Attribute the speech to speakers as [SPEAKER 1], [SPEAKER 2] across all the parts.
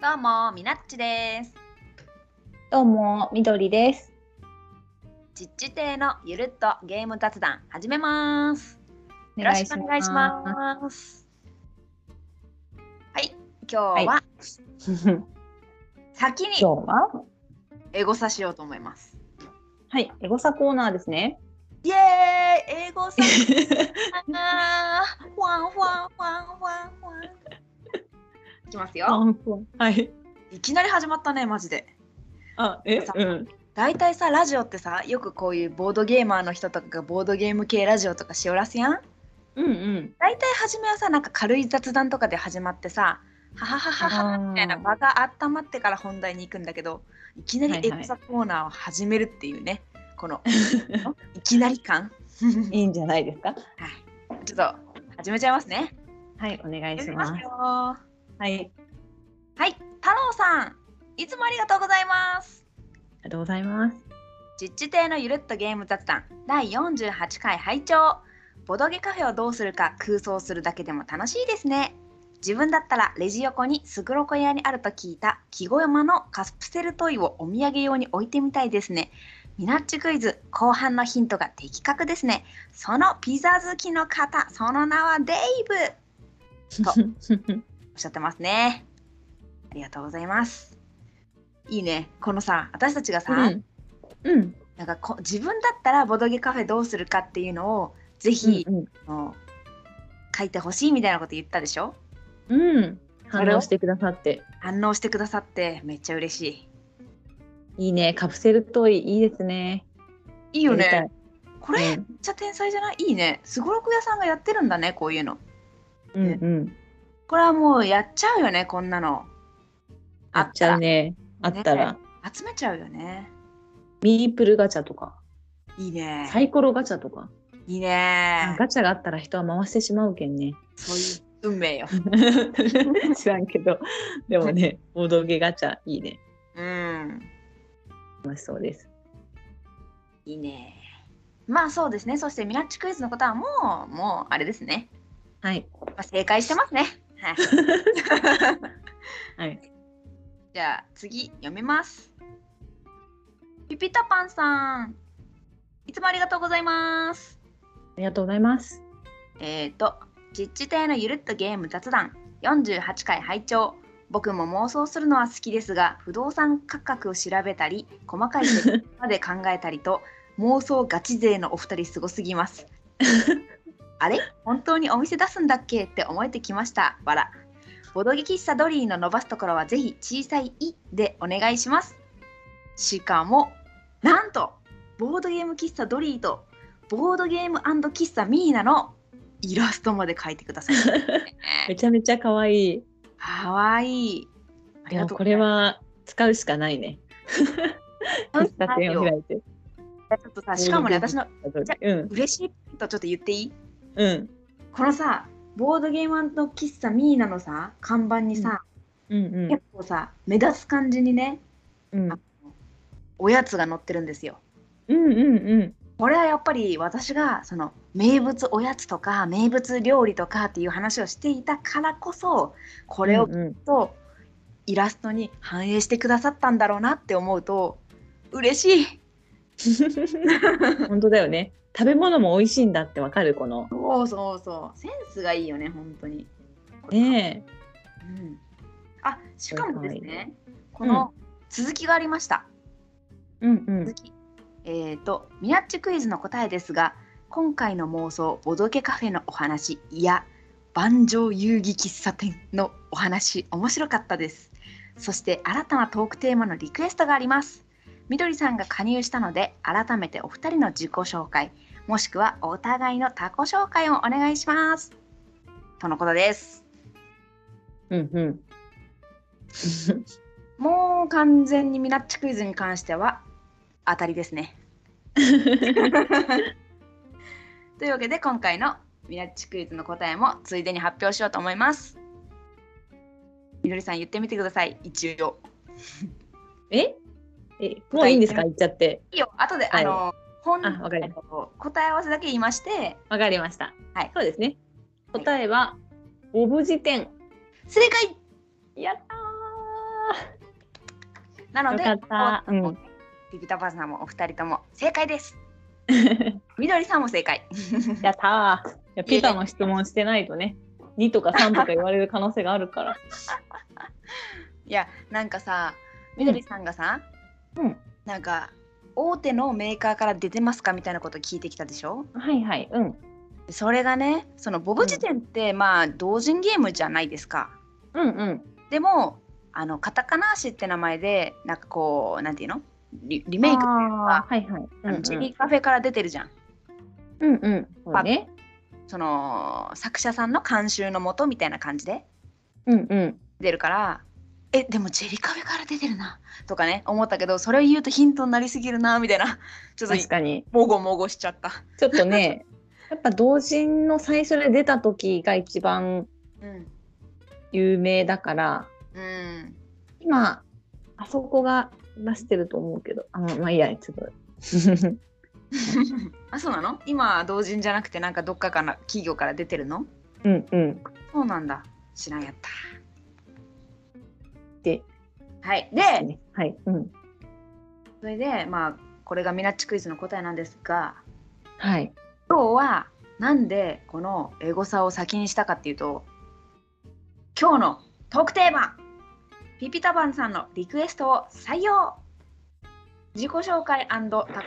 [SPEAKER 1] どうも、みなっちです。
[SPEAKER 2] どうも、みどりです。
[SPEAKER 1] 実地亭のゆるっとゲーム雑談始めます。
[SPEAKER 2] お
[SPEAKER 1] よろしくお願いします。はい、今日 は
[SPEAKER 2] す。今
[SPEAKER 1] 先に
[SPEAKER 2] 日は、
[SPEAKER 1] エゴサしようと思います。
[SPEAKER 2] はい、エゴサコーナーです ね。
[SPEAKER 1] イエー イ、エゴサ。あーふわんふわんふわんふわんふわん。いきますよ。
[SPEAKER 2] はい。
[SPEAKER 1] いきなり始まったね、マジで。
[SPEAKER 2] あ、え
[SPEAKER 1] さ
[SPEAKER 2] うん。
[SPEAKER 1] 大体さラジオってさよくこういうボードゲーマーの人とかがボードゲーム系ラジオとかしおらすやん
[SPEAKER 2] うんうん。
[SPEAKER 1] 大体初めはさなんか軽い雑談とかで始まってさははははは
[SPEAKER 2] あー
[SPEAKER 1] みたいな場が温まってから本題に行くんだけどいきなり
[SPEAKER 2] はい
[SPEAKER 1] エ
[SPEAKER 2] はい
[SPEAKER 1] ゴサコーナーを始めるっていうね、こ のいきなり感はい
[SPEAKER 2] いんじゃないですか。
[SPEAKER 1] ちょっと始めちゃいますね
[SPEAKER 2] はい、お願いし
[SPEAKER 1] 始め
[SPEAKER 2] ます。
[SPEAKER 1] よは
[SPEAKER 2] はい、
[SPEAKER 1] い太郎さんいつもありがとうございます
[SPEAKER 2] ありがとうございます。
[SPEAKER 1] 実地亭のゆるっとゲーム雑談第48回拝聴ボドゲカフェをどうするか空想するだけでも楽しいですね自分だったらレジ横にすごろく屋にあると聞いた木小山のカプセルトイをお土産用に置いてみたいですねミナッチクイズ後半のヒントが的確ですねそのピザ好きの方その名はデイブあ おっしゃってますねありがとうございますいいねこのさ私たちがさ、
[SPEAKER 2] うん。うん。
[SPEAKER 1] なんかこ自分だったらボドゲカフェどうするかっていうのをぜひ、あの書いてほしいみたいなこと言ったでしょ
[SPEAKER 2] うん。うん。
[SPEAKER 1] そ
[SPEAKER 2] 反
[SPEAKER 1] れを
[SPEAKER 2] 応してくださって。
[SPEAKER 1] 反応してくださってめっちゃ嬉し
[SPEAKER 2] いいね。カプセルトイいいですね。
[SPEAKER 1] いいい
[SPEAKER 2] い
[SPEAKER 1] よね。これ、
[SPEAKER 2] う
[SPEAKER 1] めっ
[SPEAKER 2] ん
[SPEAKER 1] ちゃ天才じゃないいいねすごろく屋さんがやってるんだねこういうの
[SPEAKER 2] うんうん。
[SPEAKER 1] これはもうやっちゃうよねこんなの
[SPEAKER 2] あっちゃう
[SPEAKER 1] ね
[SPEAKER 2] ね。あったら。
[SPEAKER 1] 集めちゃうよね
[SPEAKER 2] ミープルガチャとか、
[SPEAKER 1] いいね
[SPEAKER 2] サイコロガチャとか、
[SPEAKER 1] いいね
[SPEAKER 2] ガチャがあったら人は回してしまうけんね。
[SPEAKER 1] そういう運命よ
[SPEAKER 2] 知らんけどでもねボドゲガチャいいね
[SPEAKER 1] うん
[SPEAKER 2] 楽しそうです
[SPEAKER 1] いいねまあそうですねそしてミラッチクイズのことはもうもうあれですね
[SPEAKER 2] はい
[SPEAKER 1] まあ、正解してますね。はい。
[SPEAKER 2] はい
[SPEAKER 1] じゃあ次読みます。ピピタパンさん、いつもありがとうございます。
[SPEAKER 2] ありがとうございます
[SPEAKER 1] えーと、実地亭のゆるっとゲーム雑談48回拝聴僕も妄想するのは好きですが、不動産価格を調べたり、細かい設定まで考えたりと、 妄想ガチ勢のお二人すごすぎます。 あれ本当にお店出すんだっけって思えてきました。わら。ボドゲ喫茶ドリーの伸ばすところはぜひ小さい「い」でお願いします。しかも、なんと、ボードゲーム喫茶ドリーとボードゲーム喫茶ミーナのイラストまで描いてください。
[SPEAKER 2] めちゃめちゃ可愛い
[SPEAKER 1] かわいい。あり
[SPEAKER 2] で
[SPEAKER 1] が
[SPEAKER 2] も
[SPEAKER 1] とうご
[SPEAKER 2] こ
[SPEAKER 1] ざ
[SPEAKER 2] れ
[SPEAKER 1] いま
[SPEAKER 2] は使うしかないね
[SPEAKER 1] す。
[SPEAKER 2] 喫茶店を開いて
[SPEAKER 1] ちょっとさ、しかもね、
[SPEAKER 2] ボードゲーム
[SPEAKER 1] 私の
[SPEAKER 2] うん
[SPEAKER 1] 嬉しいポイントちょっと言っていい
[SPEAKER 2] うん
[SPEAKER 1] このさ、ボードゲーム喫茶ミーナのさ、看板にさ、
[SPEAKER 2] うんうん
[SPEAKER 1] 結構さ、目立つ感じにね、
[SPEAKER 2] うん
[SPEAKER 1] おやつが載ってるんですよ。
[SPEAKER 2] うんうん
[SPEAKER 1] これはやっぱり私がその名物おやつとか名物料理とかっていう話をしていたからこそこ
[SPEAKER 2] こ
[SPEAKER 1] れをきっ
[SPEAKER 2] うんうん
[SPEAKER 1] とイラストに反映してくださったんだろうなって思うと嬉しい
[SPEAKER 2] 本当だよね食べ物も美味しいんだってわかるこの
[SPEAKER 1] そうそうそうセンスがいいよね本当に
[SPEAKER 2] ねえ
[SPEAKER 1] うん、あしかもです
[SPEAKER 2] すごい
[SPEAKER 1] ね
[SPEAKER 2] ね
[SPEAKER 1] この続きがありました、
[SPEAKER 2] うんうん
[SPEAKER 1] 続きえっ、とミナッチクイズの答えですが今回の妄想おどけカフェのお話いや万丈遊戯喫茶店のお話面白かったですそして新たなトークテーマのリクエストがありますみどりさんが加入したので改めてお二人の自己紹介もしくはお互いの他己紹介をお願いしますとのことです
[SPEAKER 2] うんうん
[SPEAKER 1] もう完全にミナッチクイズに関しては当たりですね。というわけで今回のミナッチクイズの答えもついでに発表しようと思います。みどりさん言ってみてください一応。
[SPEAKER 2] ええもういいんですか言っちゃって
[SPEAKER 1] いいよ後で、
[SPEAKER 2] はい
[SPEAKER 1] あの本
[SPEAKER 2] あわかりまし
[SPEAKER 1] 答え合わせだけ言いまして
[SPEAKER 2] わかりました。
[SPEAKER 1] はい
[SPEAKER 2] そうですね。答えは、オブジテン。
[SPEAKER 1] 正解
[SPEAKER 2] やっ
[SPEAKER 1] なので、
[SPEAKER 2] よかったうん
[SPEAKER 1] ピピタパンさんもお二人とも正解です。みどりさんも正解。
[SPEAKER 2] やったーいやピタの質問してないとね2とか3とか言われる可能性があるから
[SPEAKER 1] いやなんかさみどりさんがさ、
[SPEAKER 2] うん
[SPEAKER 1] なんか大手のメーカーから出てますかみたいなこと聞いてきたでしょ
[SPEAKER 2] はいはいうん
[SPEAKER 1] それがねそのボブ辞典って、まあ同人ゲームじゃないですか
[SPEAKER 2] うんうん
[SPEAKER 1] でもあのカタカナ足って名前でなんかこうなんていうのリリメイクっていう
[SPEAKER 2] あ
[SPEAKER 1] か
[SPEAKER 2] ーはいは
[SPEAKER 1] あ
[SPEAKER 2] いうんう
[SPEAKER 1] の
[SPEAKER 2] ん
[SPEAKER 1] チェリーカフェから出てるじゃん
[SPEAKER 2] うんうんそうね
[SPEAKER 1] その作者さんの監修のもとみたいな感じで
[SPEAKER 2] うんうん
[SPEAKER 1] 出るからえでもチェリーカフェから出てるなとかね思ったけどそれを言うとヒントになりすぎるなみたいな ちょっと
[SPEAKER 2] 確かに
[SPEAKER 1] もごもごしちゃった。
[SPEAKER 2] ちょっと ねやっぱ同人の最初で出た時が一番
[SPEAKER 1] うん。
[SPEAKER 2] 有名だから
[SPEAKER 1] うん。
[SPEAKER 2] 今あそこが出してると思うけどあのまあいいやちょっと
[SPEAKER 1] あ、そうなの今、同人じゃなくて、なんかどっかから企業から出てるの
[SPEAKER 2] うんうん
[SPEAKER 1] そうなんだ。知らんやった。
[SPEAKER 2] で
[SPEAKER 1] はい。で、
[SPEAKER 2] はいうん
[SPEAKER 1] それで、まあ、これがミナッチクイズの答えなんですが、
[SPEAKER 2] はい
[SPEAKER 1] 今日は、なんでこのエゴサを先にしたかっていうと、今日のトークテーマ、ピピタバンさんのリクエストを採用自己紹介他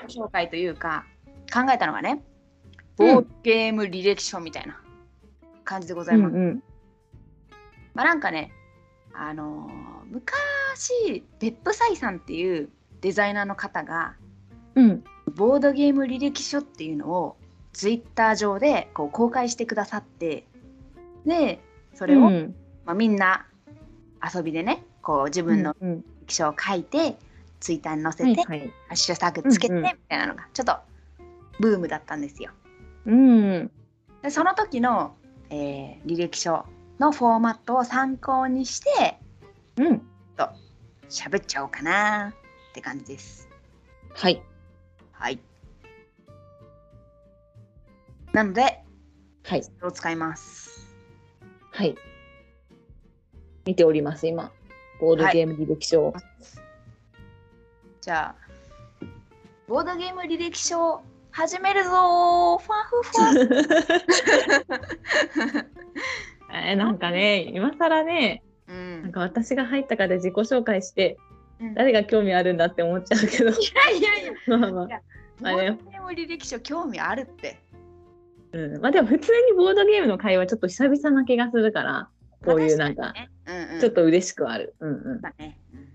[SPEAKER 1] 己紹介というか、考えたのがね、ボードゲーム履歴書みたいな感じでござ
[SPEAKER 2] う
[SPEAKER 1] い
[SPEAKER 2] ん
[SPEAKER 1] ます。
[SPEAKER 2] うん
[SPEAKER 1] まあなんかね、あのー昔、ベップサイさんっていうデザイナーの方が、
[SPEAKER 2] うん
[SPEAKER 1] ボードゲーム履歴書っていうのをツイッター上でこう公開してくださって、で、それを、
[SPEAKER 2] うん
[SPEAKER 1] まあ、みんな遊びでね、こう自分の
[SPEAKER 2] うんうん
[SPEAKER 1] 履歴書を書いて、ツイッターに載せ
[SPEAKER 2] はい
[SPEAKER 1] て、
[SPEAKER 2] はい
[SPEAKER 1] ハッシュタグつけて
[SPEAKER 2] うんう
[SPEAKER 1] み
[SPEAKER 2] ん
[SPEAKER 1] たいなのが、ちょっとブームだったんですよ。
[SPEAKER 2] うん
[SPEAKER 1] でその時の、えー履歴書のフォーマットを参考にして
[SPEAKER 2] うん
[SPEAKER 1] 喋っちゃおうかなって感じです。
[SPEAKER 2] はい
[SPEAKER 1] はい。なので、
[SPEAKER 2] はい
[SPEAKER 1] それを使います。
[SPEAKER 2] はい見ております今ボードゲーム履歴書を
[SPEAKER 1] じゃあ、ボードゲーム履歴書始めるぞーファフファ
[SPEAKER 2] えーなんかね今更ね
[SPEAKER 1] う
[SPEAKER 2] なん
[SPEAKER 1] ん。
[SPEAKER 2] か私が入ったから自己紹介して
[SPEAKER 1] うん
[SPEAKER 2] 誰が興味あるんだって思っちゃうけど
[SPEAKER 1] いやいやいや、
[SPEAKER 2] まあまあ
[SPEAKER 1] ボ
[SPEAKER 2] あれ
[SPEAKER 1] ードゲーム履歴書興味あるって。
[SPEAKER 2] うんまあでも普通にボードゲームの会話ちょっと久々な気がするからこういうなんか
[SPEAKER 1] ねうんうん、
[SPEAKER 2] ちょっと嬉しくはある。うんうん。
[SPEAKER 1] だね、うん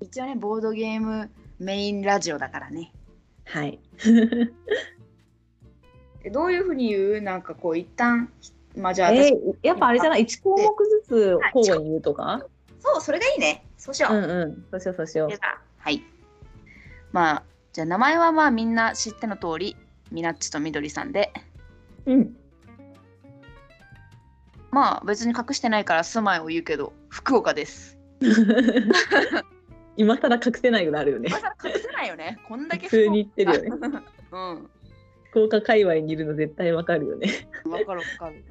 [SPEAKER 1] 一応ね、ボードゲームメインラジオだからね。
[SPEAKER 2] はい。
[SPEAKER 1] えどういうふうに言うなんかこう、一旦、まあじ
[SPEAKER 2] え
[SPEAKER 1] ゃあ私、
[SPEAKER 2] ーやっぱあれじゃない1項目ずつ交互に言うとか
[SPEAKER 1] そう、それがいいね。そうしよう。
[SPEAKER 2] うんうん。そうしようそうしよう。
[SPEAKER 1] はい。まあ、じゃあ名前はまあみんな知っての通り、みなっちとみどりさんで、
[SPEAKER 2] うん。
[SPEAKER 1] まあ別に隠してないから住まいを言うけど、福岡です。
[SPEAKER 2] 今更隠せないぐらいあるよね
[SPEAKER 1] ま。さか隠せないよ ね。こんだけ
[SPEAKER 2] 普通に言ってる よね。
[SPEAKER 1] 福岡。うん。
[SPEAKER 2] 福岡界隈にいるの絶対わかるよね。
[SPEAKER 1] わかるわかる。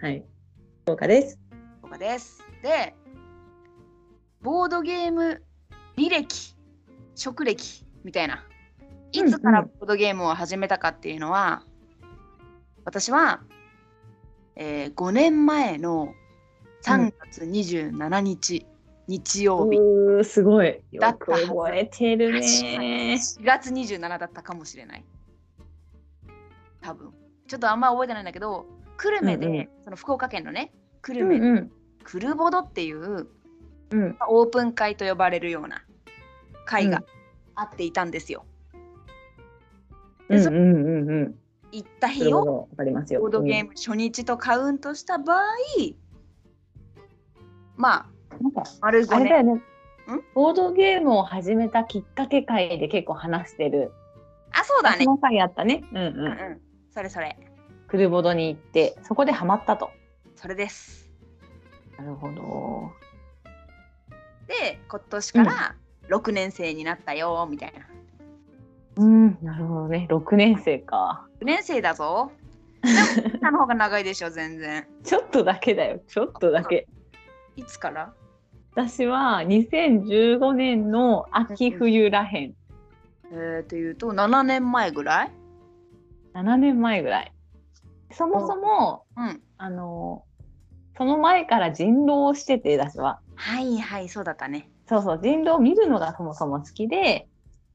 [SPEAKER 2] はい。福岡です。
[SPEAKER 1] 福岡です。で、ボードゲーム履歴、職歴みたいな。いつから
[SPEAKER 2] うん
[SPEAKER 1] ボードゲームを始めたかっていうのは、私は、えー5年前の3月27日、日曜日、
[SPEAKER 2] うーすごい。
[SPEAKER 1] だ
[SPEAKER 2] よ
[SPEAKER 1] った
[SPEAKER 2] く覚えてるね。
[SPEAKER 1] 4月27だったかもしれない。多分ちょっとあんま覚えてないんだけど、久留米で、
[SPEAKER 2] うんうん
[SPEAKER 1] その福岡県のね、久
[SPEAKER 2] う
[SPEAKER 1] 留
[SPEAKER 2] ん
[SPEAKER 1] 米、
[SPEAKER 2] うん。
[SPEAKER 1] 久留ボドっていう
[SPEAKER 2] うん。
[SPEAKER 1] オープン会と呼ばれるような会があっていたんですよ。
[SPEAKER 2] う
[SPEAKER 1] で
[SPEAKER 2] ん
[SPEAKER 1] そ
[SPEAKER 2] うんうんうん。
[SPEAKER 1] 行った
[SPEAKER 2] そ
[SPEAKER 1] 日
[SPEAKER 2] れほ
[SPEAKER 1] を
[SPEAKER 2] どわかりますよ。
[SPEAKER 1] ボードゲー
[SPEAKER 2] ム。
[SPEAKER 1] ム初日とカウントした場合、ま
[SPEAKER 2] なんか
[SPEAKER 1] あ、丸
[SPEAKER 2] あ
[SPEAKER 1] 5
[SPEAKER 2] れだ
[SPEAKER 1] 年。
[SPEAKER 2] よね。ボードゲームを始めたきっかけ会で結構話してる。
[SPEAKER 1] あ、そうだね
[SPEAKER 2] そ。の回あったね。うん
[SPEAKER 1] う
[SPEAKER 2] うん。
[SPEAKER 1] うんん。それそれ。
[SPEAKER 2] クルボドに行って、そこでハマったと。
[SPEAKER 1] それです。
[SPEAKER 2] なるほど。
[SPEAKER 1] で、今年から6年生になったよ、みたいな。
[SPEAKER 2] うん、なるほどね。六年生か。
[SPEAKER 1] 6年生だぞ。でも、みんなの方が長いでしょ、全然。
[SPEAKER 2] ちょっとだけだよ。ちょっとだけ。
[SPEAKER 1] いつから
[SPEAKER 2] 私は2015年の秋冬らへん、
[SPEAKER 1] えー、というと7年前ぐらい
[SPEAKER 2] 7年前ぐらい。そもそも、
[SPEAKER 1] うん。
[SPEAKER 2] あの、その前から人狼をしてて、私は。
[SPEAKER 1] はいはい、そうだったね。
[SPEAKER 2] そうそう、人狼を見るのがそもそも好きで、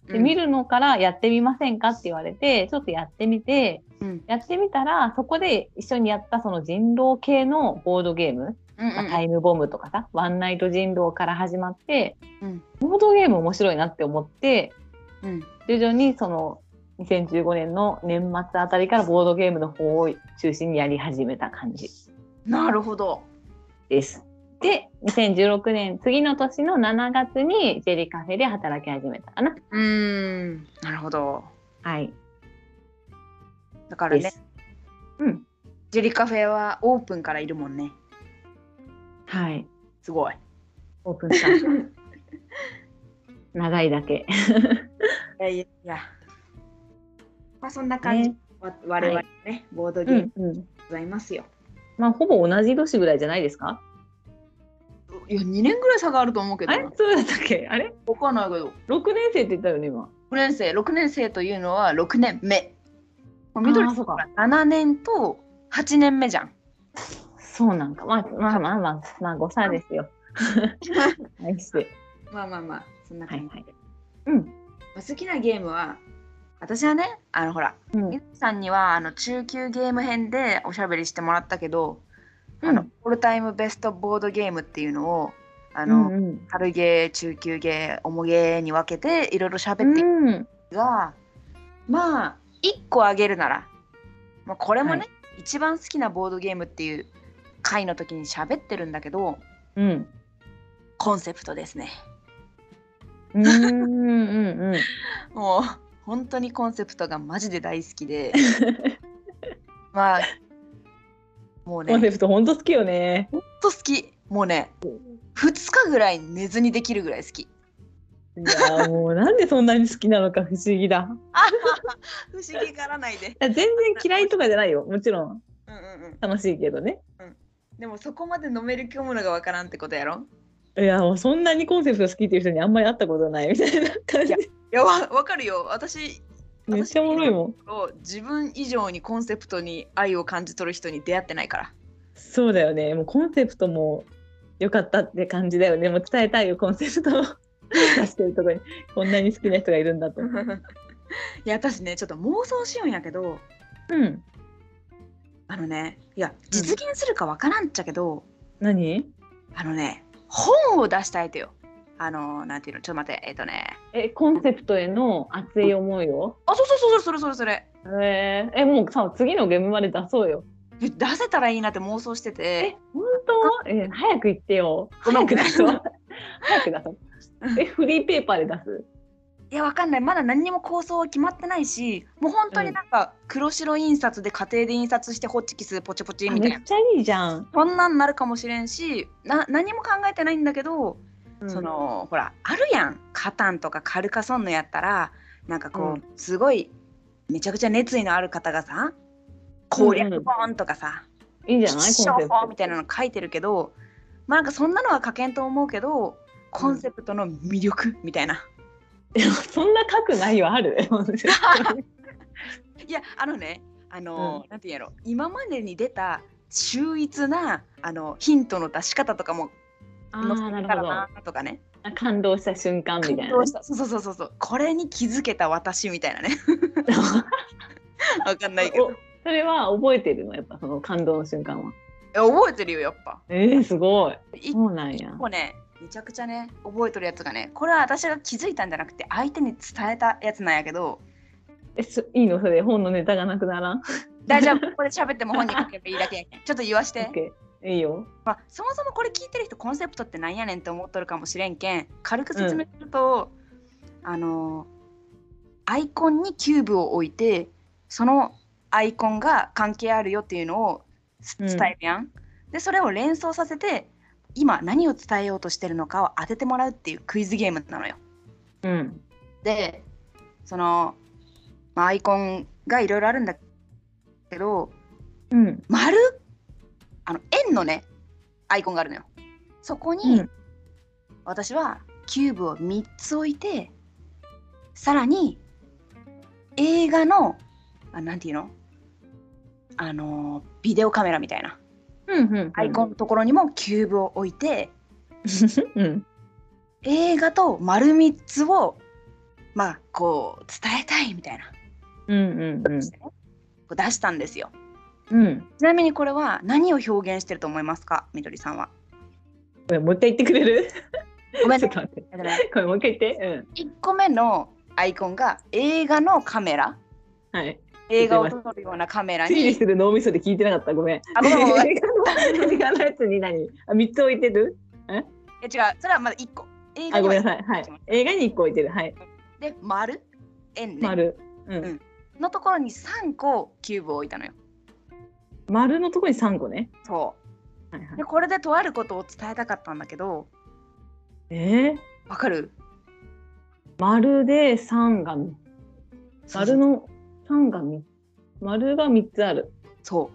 [SPEAKER 2] で
[SPEAKER 1] うん
[SPEAKER 2] 見。るのからやってみませんかって言われて、ちょっとやってみて、
[SPEAKER 1] うん。
[SPEAKER 2] やってみたら、そこで一緒にやったその人狼系のボードゲーム、
[SPEAKER 1] うん
[SPEAKER 2] まあタイムボムとかさ、ワンナイト人狼から始まって、
[SPEAKER 1] うん
[SPEAKER 2] ボードゲーム面白いなって思って、
[SPEAKER 1] うん。うん。
[SPEAKER 2] 徐々にその2015年の年末あたりからボードゲームの方を中心にやり始めた感じ
[SPEAKER 1] なるほど。
[SPEAKER 2] です。で、2016年、次の年の7月にジェリカフェで働き始めたかな。
[SPEAKER 1] うーん。なるほど。
[SPEAKER 2] はい。
[SPEAKER 1] だから
[SPEAKER 2] で
[SPEAKER 1] ね、
[SPEAKER 2] す。うん。
[SPEAKER 1] ジェリカフェはオープンからいるもんね。
[SPEAKER 2] はい。
[SPEAKER 1] すごい。
[SPEAKER 2] オープン した。長いだけ。
[SPEAKER 1] いやいやいや。まあそんな感じ、
[SPEAKER 2] ね
[SPEAKER 1] わ我々ね、ボードゲームでございますよ。
[SPEAKER 2] まあ、ほぼ同じ年ぐらいじゃないですか
[SPEAKER 1] いや、2年ぐらい差があると思うけど
[SPEAKER 2] あ
[SPEAKER 1] な、
[SPEAKER 2] れそうだったっけあれ
[SPEAKER 1] わかんないけど、
[SPEAKER 2] ?6 年生って言ったよね、今。
[SPEAKER 1] 6年生、6年生というのは6年目。もう緑
[SPEAKER 2] あーそうか
[SPEAKER 1] 7年と8年目じゃん。
[SPEAKER 2] そうなんか。まあまあまあまあ、まあ、誤差です よ。愛して。
[SPEAKER 1] まあまあまあ、そんな
[SPEAKER 2] は
[SPEAKER 1] 感じ
[SPEAKER 2] い。はい。うん。
[SPEAKER 1] まあ好きなゲームは、私はね、あのほら、
[SPEAKER 2] うん
[SPEAKER 1] みずきさんにはあの中級ゲーム編でおしゃべりしてもらったけど、あ
[SPEAKER 2] う
[SPEAKER 1] の
[SPEAKER 2] ん
[SPEAKER 1] オールタイムベストボードゲームっていうのを、あの、
[SPEAKER 2] うんうん
[SPEAKER 1] 軽ゲー、中級ゲー、重ゲーに分けていろいろ喋っていく
[SPEAKER 2] うん、
[SPEAKER 1] がまあ1個あげるなら、まあ、これもね、
[SPEAKER 2] は
[SPEAKER 1] 一番好きなボードゲームっていう回の時に喋ってるんだけど
[SPEAKER 2] うん、
[SPEAKER 1] コンセプトですね
[SPEAKER 2] うん、うん、うん、
[SPEAKER 1] もう本当にコンセプトがマジで大好きで まあもうね
[SPEAKER 2] コン
[SPEAKER 1] 本
[SPEAKER 2] セプト本当好きよね。
[SPEAKER 1] 当好きもうね2日ぐらい寝ずにできるぐらい好き
[SPEAKER 2] いや、もうなんでそんなに好きなのか不思議だ。
[SPEAKER 1] 不思議がらないで、
[SPEAKER 2] いや全然嫌いとかじゃないよ。もちろん
[SPEAKER 1] うんうんうん、
[SPEAKER 2] 楽しいけどね。
[SPEAKER 1] でもそこまで飲める興味のがわからんってことやろ
[SPEAKER 2] いや、もうそんなにコンセプト好きっていう人にあんまり会ったことないみたいな感
[SPEAKER 1] い
[SPEAKER 2] じ
[SPEAKER 1] や。いやわわかるよ私
[SPEAKER 2] めっちゃおもろいもん。
[SPEAKER 1] を自分以上にコンセプトに愛を感じ取る人に出会ってないから
[SPEAKER 2] そうだよね。もうコンセプトも良かったって感じだよね。もう伝えたいよ、コンセプトを出してるとこに。こんなに好きな人がいるん だと。う
[SPEAKER 1] いや私ねちょっと妄想しようんやけど
[SPEAKER 2] ん。
[SPEAKER 1] あのねいや実現するかわからんっちゃけど、
[SPEAKER 2] 何
[SPEAKER 1] あのね本を出したいとよあのなんていうのちょっと待ってえっ、とね
[SPEAKER 2] え、コンセプトへの熱い思いを
[SPEAKER 1] あそうそうそうそれそれそれ
[SPEAKER 2] えー、えもうさ次のゲームまで出そうよ。
[SPEAKER 1] それ出せたらいいなって妄想して
[SPEAKER 2] え
[SPEAKER 1] て
[SPEAKER 2] 本当え早く言ってよ。
[SPEAKER 1] ごめん
[SPEAKER 2] 早く出そう。早く出そう。えフリーペーパーで出す
[SPEAKER 1] いやわかんないまだ何にも構想は決まってないしもう本当になんか黒白印刷で家庭で印刷してホッチキスポチポチ
[SPEAKER 2] あ
[SPEAKER 1] みた
[SPEAKER 2] め
[SPEAKER 1] いな
[SPEAKER 2] っちゃいいじゃん。
[SPEAKER 1] そんなんなるかもしれんしな何も考えてないんだけど、
[SPEAKER 2] うん
[SPEAKER 1] そのほらあるやんカタンとかカルカソンヌやったらなんかこう、
[SPEAKER 2] うん
[SPEAKER 1] すごいめちゃくちゃ熱意のある方がさ攻略本とかさ、
[SPEAKER 2] いいじゃない
[SPEAKER 1] 必
[SPEAKER 2] コンセ
[SPEAKER 1] 勝
[SPEAKER 2] プト
[SPEAKER 1] 法みたいなの書いてるけどまあなんかそんなのは書けんと思うけどコンセプトの魅力みたいな、
[SPEAKER 2] でもそんな書く内容 ある本当に
[SPEAKER 1] いやあのねあの、
[SPEAKER 2] う
[SPEAKER 1] なんていうんやろ今までに出た秀逸なあのヒントの出し方とかも
[SPEAKER 2] あ
[SPEAKER 1] 載せ
[SPEAKER 2] ーな
[SPEAKER 1] て
[SPEAKER 2] る
[SPEAKER 1] た
[SPEAKER 2] ほ
[SPEAKER 1] ら
[SPEAKER 2] ど
[SPEAKER 1] なとかね
[SPEAKER 2] あ感動した瞬間みたい
[SPEAKER 1] 感
[SPEAKER 2] な。
[SPEAKER 1] 動したそうそうそうそうそうこれに気づけた私みたいなね わかんないけど
[SPEAKER 2] おそれは覚えてるのやっぱその感動の瞬間は。
[SPEAKER 1] え覚えてるよやっぱ
[SPEAKER 2] えー、すごい。
[SPEAKER 1] 一
[SPEAKER 2] そうなんや。
[SPEAKER 1] 個ねめちゃくちゃね覚えてるやつがねこれは私が気づいたんじゃなくて相手に伝えたやつなんやけど
[SPEAKER 2] えそいいのそれ本のネタがなくならん。
[SPEAKER 1] 大丈 夫ここで喋っても本に書けばいいだけやけんちょっと言わして
[SPEAKER 2] OK いいよ。
[SPEAKER 1] まあ、そもそもこれ聞いてる人コンセプトってなんやねんって思っとるかもしれんけん軽く説明すると、あのアイコンにキューブを置いてそのアイコンが関係あるよっていうのをす
[SPEAKER 2] うん
[SPEAKER 1] 伝えるやん。でそれを連想させて今何を伝えようとしてるのかを当ててもらうっていうクイズゲームなのよ。
[SPEAKER 2] うん。
[SPEAKER 1] でその、まあ、アイコンがいろいろあるんだけど
[SPEAKER 2] うん。
[SPEAKER 1] 丸あの円のねアイコンがあるのよ。そこに、
[SPEAKER 2] うん
[SPEAKER 1] 私はキューブを3つ置いてさらに映画のあなんていうのあのビデオカメラみたいな
[SPEAKER 2] うんうん
[SPEAKER 1] アイコンのところにもキューブを置いて、
[SPEAKER 2] うん
[SPEAKER 1] 映画と丸3つをまあこう伝えたいみたいな、
[SPEAKER 2] うんうんうん
[SPEAKER 1] こう出したんですよ
[SPEAKER 2] うん
[SPEAKER 1] ちなみにこれは何を表現してると思いますかみどりさんは
[SPEAKER 2] ごめんもう一回言ってくれる
[SPEAKER 1] ごめん
[SPEAKER 2] ちょ
[SPEAKER 1] ね
[SPEAKER 2] っと待って
[SPEAKER 1] えっとね
[SPEAKER 2] これもう一回言って
[SPEAKER 1] 1個目のアイコンが映画のカメラ
[SPEAKER 2] うんはい
[SPEAKER 1] 映画を撮るようなカメラ
[SPEAKER 2] 推理
[SPEAKER 1] に
[SPEAKER 2] する脳みそで聞いてなかったごめん
[SPEAKER 1] あごめん ごめん
[SPEAKER 2] 映画の映画のやつに何あ三つ置いてる
[SPEAKER 1] え違うそれはまだ1個映
[SPEAKER 2] あ
[SPEAKER 1] 画
[SPEAKER 2] ご
[SPEAKER 1] に
[SPEAKER 2] めん
[SPEAKER 1] は
[SPEAKER 2] なさいはい映画に一個置いてるはい
[SPEAKER 1] で丸円ね
[SPEAKER 2] 丸うん
[SPEAKER 1] うんのところに3個キューブを置いたのよ
[SPEAKER 2] 丸のとこに三個ね
[SPEAKER 1] そ
[SPEAKER 2] はいは
[SPEAKER 1] う
[SPEAKER 2] い
[SPEAKER 1] でこれでとあることを伝えたかったんだけど
[SPEAKER 2] えー
[SPEAKER 1] わかる
[SPEAKER 2] 丸で三が丸の三が三丸が三つある
[SPEAKER 1] そ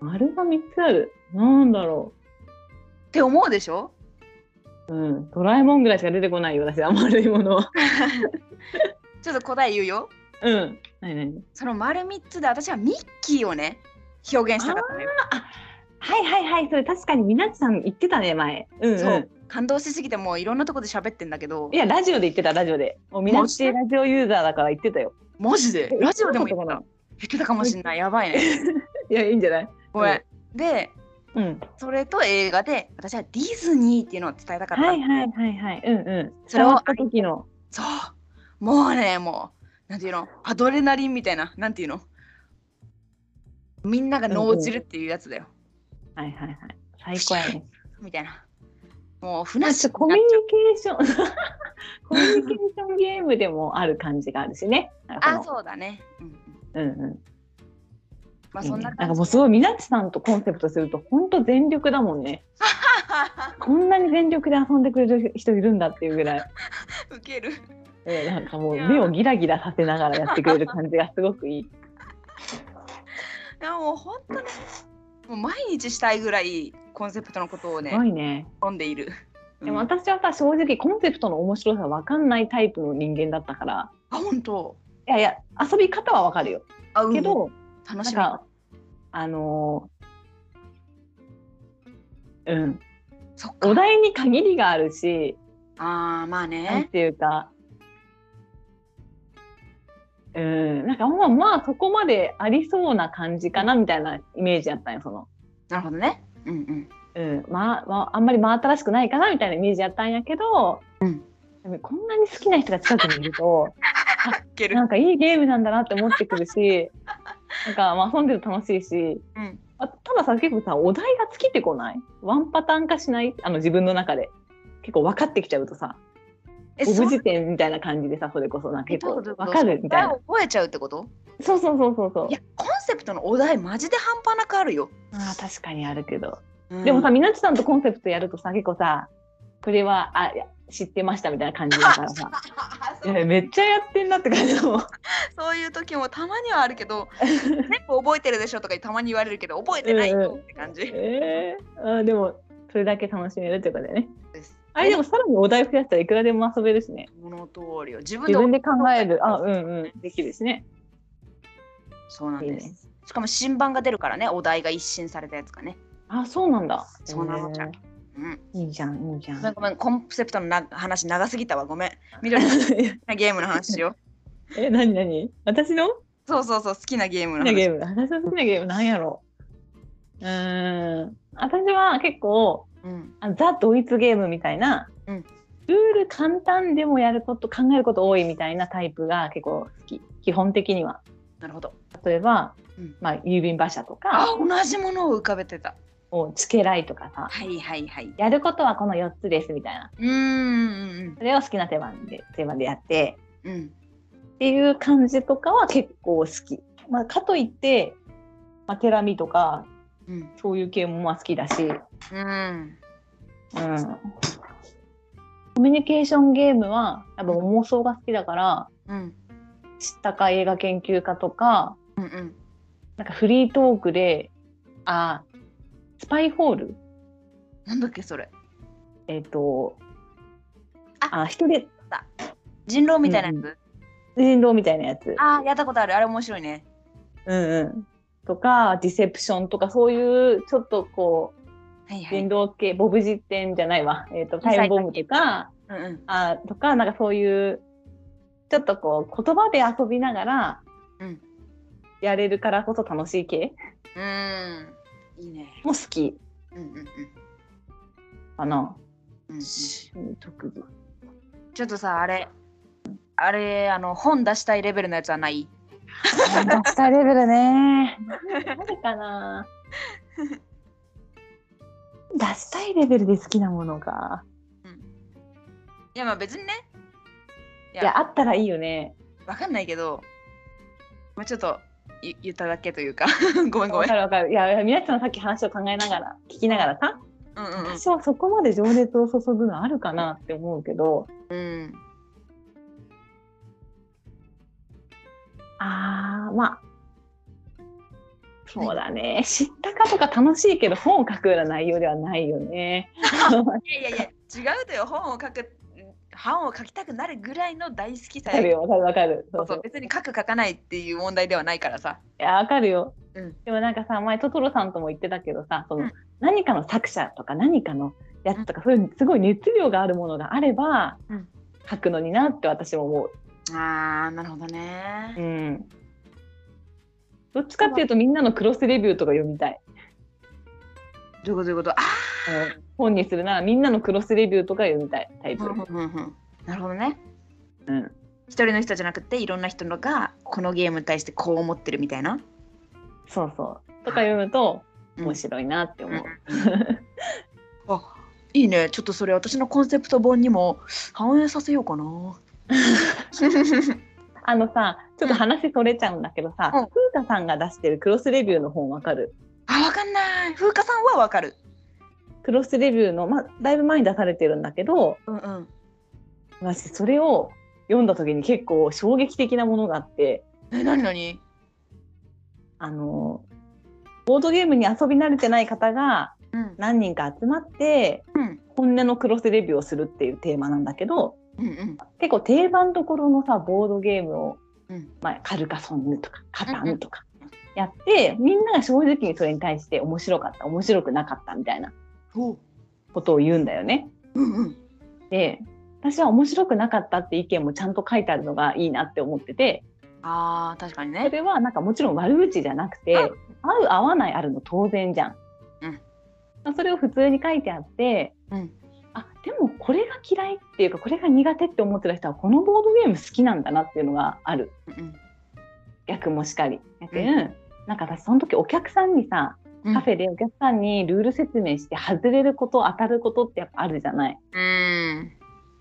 [SPEAKER 1] う
[SPEAKER 2] 丸が三つあるなんだろ
[SPEAKER 1] って思うでしょ
[SPEAKER 2] ううんドラえもんぐらいしか出てこないよ私は丸いものは
[SPEAKER 1] ちょっと答え言うよ
[SPEAKER 2] うん何何
[SPEAKER 1] その丸3つで私はミッキーをね表現したかったのよ
[SPEAKER 2] はいはいはいそれ確かにみなっちさん言ってたね前うん、うん、
[SPEAKER 1] そう感動しすぎてもういろんなとこで喋ってんだけど
[SPEAKER 2] いやラジオで言ってたラジオでもうみなっちラジオユーザーだから言ってたよ
[SPEAKER 1] マジでラジオでも言っ
[SPEAKER 2] そうだ
[SPEAKER 1] た
[SPEAKER 2] っ
[SPEAKER 1] 言ってたかもしんないやばいね
[SPEAKER 2] いやいいんじゃない
[SPEAKER 1] ごめんで
[SPEAKER 2] うん
[SPEAKER 1] それと映画で私はディズニーっていうのを伝えたかったの、
[SPEAKER 2] はいはいはいはいうんうん
[SPEAKER 1] それを
[SPEAKER 2] 伝わった時の
[SPEAKER 1] そうもうねもうなんていうのアドレナリンみたいななんていうのみんなが脳汁っていうやつだよ、
[SPEAKER 2] はいはいはい最高やね
[SPEAKER 1] みたいなもう
[SPEAKER 2] な
[SPEAKER 1] 船
[SPEAKER 2] ん
[SPEAKER 1] っし
[SPEAKER 2] か
[SPEAKER 1] に
[SPEAKER 2] コミ
[SPEAKER 1] なっ
[SPEAKER 2] ュニ
[SPEAKER 1] ちゃう
[SPEAKER 2] ケーション コミュニケーションゲームでもある感じがあるしね。
[SPEAKER 1] あそうだねうんうん
[SPEAKER 2] う。うんうん。
[SPEAKER 1] まあそんな
[SPEAKER 2] なん
[SPEAKER 1] 感
[SPEAKER 2] か
[SPEAKER 1] じ
[SPEAKER 2] もうすごいみなちさんとコンセプトすると本当全力だもんね。こんなに全力で遊んでくれる人いるんだっていうぐらい、
[SPEAKER 1] ウケる
[SPEAKER 2] えーなんかもう
[SPEAKER 1] いや
[SPEAKER 2] 目をギラギラさせながらやってくれる感じがすごくいい。
[SPEAKER 1] いやもう本当にもう毎日したいぐらいコンセプトのことをね
[SPEAKER 2] すごいね。
[SPEAKER 1] 読んでいる
[SPEAKER 2] でも
[SPEAKER 1] うん
[SPEAKER 2] 私はさ正直コンセプトの面白さわかんないタイプの人間だったから。
[SPEAKER 1] あ本当
[SPEAKER 2] いやいや遊び方はわかるよ。
[SPEAKER 1] あうん
[SPEAKER 2] けど、
[SPEAKER 1] 楽
[SPEAKER 2] なん
[SPEAKER 1] しみ
[SPEAKER 2] か、あのーうん、
[SPEAKER 1] そっ
[SPEAKER 2] お
[SPEAKER 1] か
[SPEAKER 2] 題に限りがあるし、
[SPEAKER 1] あーまあ
[SPEAKER 2] なん
[SPEAKER 1] ね
[SPEAKER 2] ていうか、うん、なんかまあまあそこまでありそうな感じかなみたいなイメージやったんよ、その。
[SPEAKER 1] なるほどねうんうん
[SPEAKER 2] うん、まあ、まあ、あんまり真新しくないかなみたいなイメージやったんやけど、
[SPEAKER 1] うん
[SPEAKER 2] でもこんなに好きな人が近くにいると、
[SPEAKER 1] いける
[SPEAKER 2] なんかいいゲームなんだなって思ってくるし、なんかまあ遊んでると楽しいし、
[SPEAKER 1] うん
[SPEAKER 2] あたださ結構さお題が尽きてこないワンパターン化しないあの自分の中で結構分かってきちゃうとさ
[SPEAKER 1] え
[SPEAKER 2] オ
[SPEAKER 1] そ
[SPEAKER 2] ブ
[SPEAKER 1] う
[SPEAKER 2] ジ点みたいな感じでさそれこそなんか結
[SPEAKER 1] ど
[SPEAKER 2] 構
[SPEAKER 1] ういう
[SPEAKER 2] 分
[SPEAKER 1] こと
[SPEAKER 2] かるみたい
[SPEAKER 1] 答
[SPEAKER 2] な
[SPEAKER 1] えを覚えちゃうってこと
[SPEAKER 2] そうそうそうそうそう
[SPEAKER 1] いやコンセプトのお題マジで半端なくあるよ、
[SPEAKER 2] あー確かにあるけど、
[SPEAKER 1] うん
[SPEAKER 2] でも さみなちさんとコンセプトやるとさ結構さこれはあいや知ってましたみたいな感じだから さい
[SPEAKER 1] そう
[SPEAKER 2] やめっちゃやってんなって感じだもん
[SPEAKER 1] そういう時もたまにはあるけ ど全部覚えてるでしょとかたまに言われるけど覚えてないよって感じ
[SPEAKER 2] えー、あーでもそれだけ楽しめるってことだよね
[SPEAKER 1] です
[SPEAKER 2] あれでもさらにお題増やしたらいくらでも遊べるしね。
[SPEAKER 1] その通りよ自分で
[SPEAKER 2] 自分で考える。あ、うんうん。できるしね。
[SPEAKER 1] そうなん
[SPEAKER 2] いい
[SPEAKER 1] です
[SPEAKER 2] ね。
[SPEAKER 1] しかも新版が出るからねお題が一新されたやつがね
[SPEAKER 2] あ、そうなんだ。
[SPEAKER 1] そうなのじゃん
[SPEAKER 2] へ
[SPEAKER 1] うん
[SPEAKER 2] ーいいじゃん、いいじゃ
[SPEAKER 1] ご
[SPEAKER 2] ん。
[SPEAKER 1] めんごめんコンセプトのな話長すぎたわごめんみどりさん好きなゲームの話 しよう
[SPEAKER 2] え、なになに私の好
[SPEAKER 1] そうそうそう好きなゲームの
[SPEAKER 2] きな
[SPEAKER 1] 話
[SPEAKER 2] ゲーム。 私の好きなゲームなんやろう。うーん。私は結構、
[SPEAKER 1] うん
[SPEAKER 2] あザ・ドイツゲームみたいな、
[SPEAKER 1] うん
[SPEAKER 2] ルール簡単でもやること、考えること多いみたいなタイプが結構好き。基本的には。
[SPEAKER 1] なるほど
[SPEAKER 2] 例えば、
[SPEAKER 1] うん
[SPEAKER 2] まあ、郵便馬車と
[SPEAKER 1] あ
[SPEAKER 2] か、
[SPEAKER 1] 同じものを浮かべてた
[SPEAKER 2] もうチケライとかさ、
[SPEAKER 1] はいはいはい
[SPEAKER 2] やることはこの4つですみたいな。
[SPEAKER 1] うーん
[SPEAKER 2] それを好きなテーマでテーマでやって
[SPEAKER 1] うんうん
[SPEAKER 2] っていう感じとかは結構好き、まあ、かといって、まあ、テラミとか
[SPEAKER 1] うん
[SPEAKER 2] そういう系もまあ好きだし、う
[SPEAKER 1] う
[SPEAKER 2] ん、
[SPEAKER 1] ん
[SPEAKER 2] コミュニケーションゲームはやっぱ妄想が好きだから
[SPEAKER 1] うん
[SPEAKER 2] 知ったか映画研究家とか
[SPEAKER 1] うんうん
[SPEAKER 2] なんかフリートークであスパイホール
[SPEAKER 1] なんだっけそれ
[SPEAKER 2] えっ、と
[SPEAKER 1] あ
[SPEAKER 2] あ一人
[SPEAKER 1] 人狼みたいなやつ、
[SPEAKER 2] うん人狼みたいなやつ
[SPEAKER 1] ああやったことあるあれ面白いね
[SPEAKER 2] うんうん、とかディセプションとかそういうちょっとこ
[SPEAKER 1] はいは
[SPEAKER 2] う
[SPEAKER 1] い
[SPEAKER 2] 人狼系ボブ実験じゃないわ、えー、とタイムボムとか
[SPEAKER 1] うんうん
[SPEAKER 2] あとかなんかそういうちょっとこう言葉で遊びながら
[SPEAKER 1] うん
[SPEAKER 2] やれるからこそ楽しい系
[SPEAKER 1] うーんいいね
[SPEAKER 2] も好き
[SPEAKER 1] うんうんうん
[SPEAKER 2] かな。
[SPEAKER 1] うんうん
[SPEAKER 2] し特技
[SPEAKER 1] ちょっとさあれあれあの本出したいレベルのやつはない
[SPEAKER 2] マスターレベルね。誰かな。出したいレベルで好きなものか。
[SPEAKER 1] いやまあ別にねい
[SPEAKER 2] いや、あったらいいよね。
[SPEAKER 1] わかんないけど、まあ、ちょっとい言っただけというかごめんご
[SPEAKER 2] わ
[SPEAKER 1] めん
[SPEAKER 2] かるわかる。いや、いや皆さんのさっき話を考えながら、聞きながらさ、
[SPEAKER 1] うんうん
[SPEAKER 2] 私はそこまで情熱を注ぐのあるかなって思うけど、
[SPEAKER 1] うんうん
[SPEAKER 2] あー、まあ、そうだね。知ったかとか楽しいけど、本を書くような内容ではないよね。
[SPEAKER 1] いやいやいや違うとよ本を書く本を書きたくなるぐらいの大好きさ
[SPEAKER 2] わかるよ、わかるわかる。そ
[SPEAKER 1] そうう
[SPEAKER 2] そ
[SPEAKER 1] そうう。別に書く書かないっていう問題ではないからさ
[SPEAKER 2] いや、わかるよ。
[SPEAKER 1] うん
[SPEAKER 2] でもなんかさ、前、トトロさんとも言ってたけどさ、その、
[SPEAKER 1] うん
[SPEAKER 2] 何かの作者とか何かのやつとか、そういうすごい熱量があるものがあれば、
[SPEAKER 1] うん
[SPEAKER 2] 書くのになって私も思う。
[SPEAKER 1] あーなるほどね
[SPEAKER 2] うんどっちかっていうとみんなのクロスレビューとか読みたい。
[SPEAKER 1] どういうことどういうことあ
[SPEAKER 2] あの本にするならみんなのクロスレビューとか読みたいタイプ。
[SPEAKER 1] ーうんうんうんなるほどね
[SPEAKER 2] うん
[SPEAKER 1] 一人の人じゃなくていろんな人のがこのゲームに対してこう思ってるみたいな
[SPEAKER 2] そうそう。とか読むと
[SPEAKER 1] うん
[SPEAKER 2] 面白いなって思う。
[SPEAKER 1] あいいねちょっとそれ私のコンセプト本にも反映させよう かな
[SPEAKER 2] あのさちょっと話それちゃうんだけどさ、
[SPEAKER 1] うん
[SPEAKER 2] 風花さんが出してるクロスレビューの本わかる
[SPEAKER 1] あわかんない風花さんはわかる
[SPEAKER 2] クロスレビューの、まあ、だいぶ前に出されてるんだけど
[SPEAKER 1] うんうん
[SPEAKER 2] 私それを読んだ時に結構衝撃的なものがあって
[SPEAKER 1] え何何
[SPEAKER 2] あのボードゲームに遊び慣れてない方が
[SPEAKER 1] うん
[SPEAKER 2] 何人か集まって
[SPEAKER 1] うん
[SPEAKER 2] 本音のクロスレビューをするっていうテーマなんだけど
[SPEAKER 1] うんうん
[SPEAKER 2] 結構定番どころのさボードゲームを、
[SPEAKER 1] うん
[SPEAKER 2] まあ、カルカソンヌとかカタンとかやって、みんなが正直にそれに対して面白かった面白くなかったみたいな
[SPEAKER 1] ほ
[SPEAKER 2] ことを言うんだよね。
[SPEAKER 1] ううんうん
[SPEAKER 2] で私は面白くなかったって意見もちゃんと書いてあるのがいいなって思ってて
[SPEAKER 1] あー確かに
[SPEAKER 2] そ
[SPEAKER 1] ね
[SPEAKER 2] れはなんかもちろん悪口じゃなくて合う合わないあるの当然じゃん。
[SPEAKER 1] うん
[SPEAKER 2] まあそれを普通に書いてあって
[SPEAKER 1] うん
[SPEAKER 2] あでもこれが嫌いっていうかこれが苦手って思ってた人はこのボードゲーム好きなんだなっていうのがある
[SPEAKER 1] うん
[SPEAKER 2] 逆もしかり。やけん
[SPEAKER 1] う
[SPEAKER 2] なんか私その時お客さんにさ
[SPEAKER 1] うん
[SPEAKER 2] カフェでお客さんにルール説明して外れること当たることってやっぱあるじゃない。
[SPEAKER 1] うん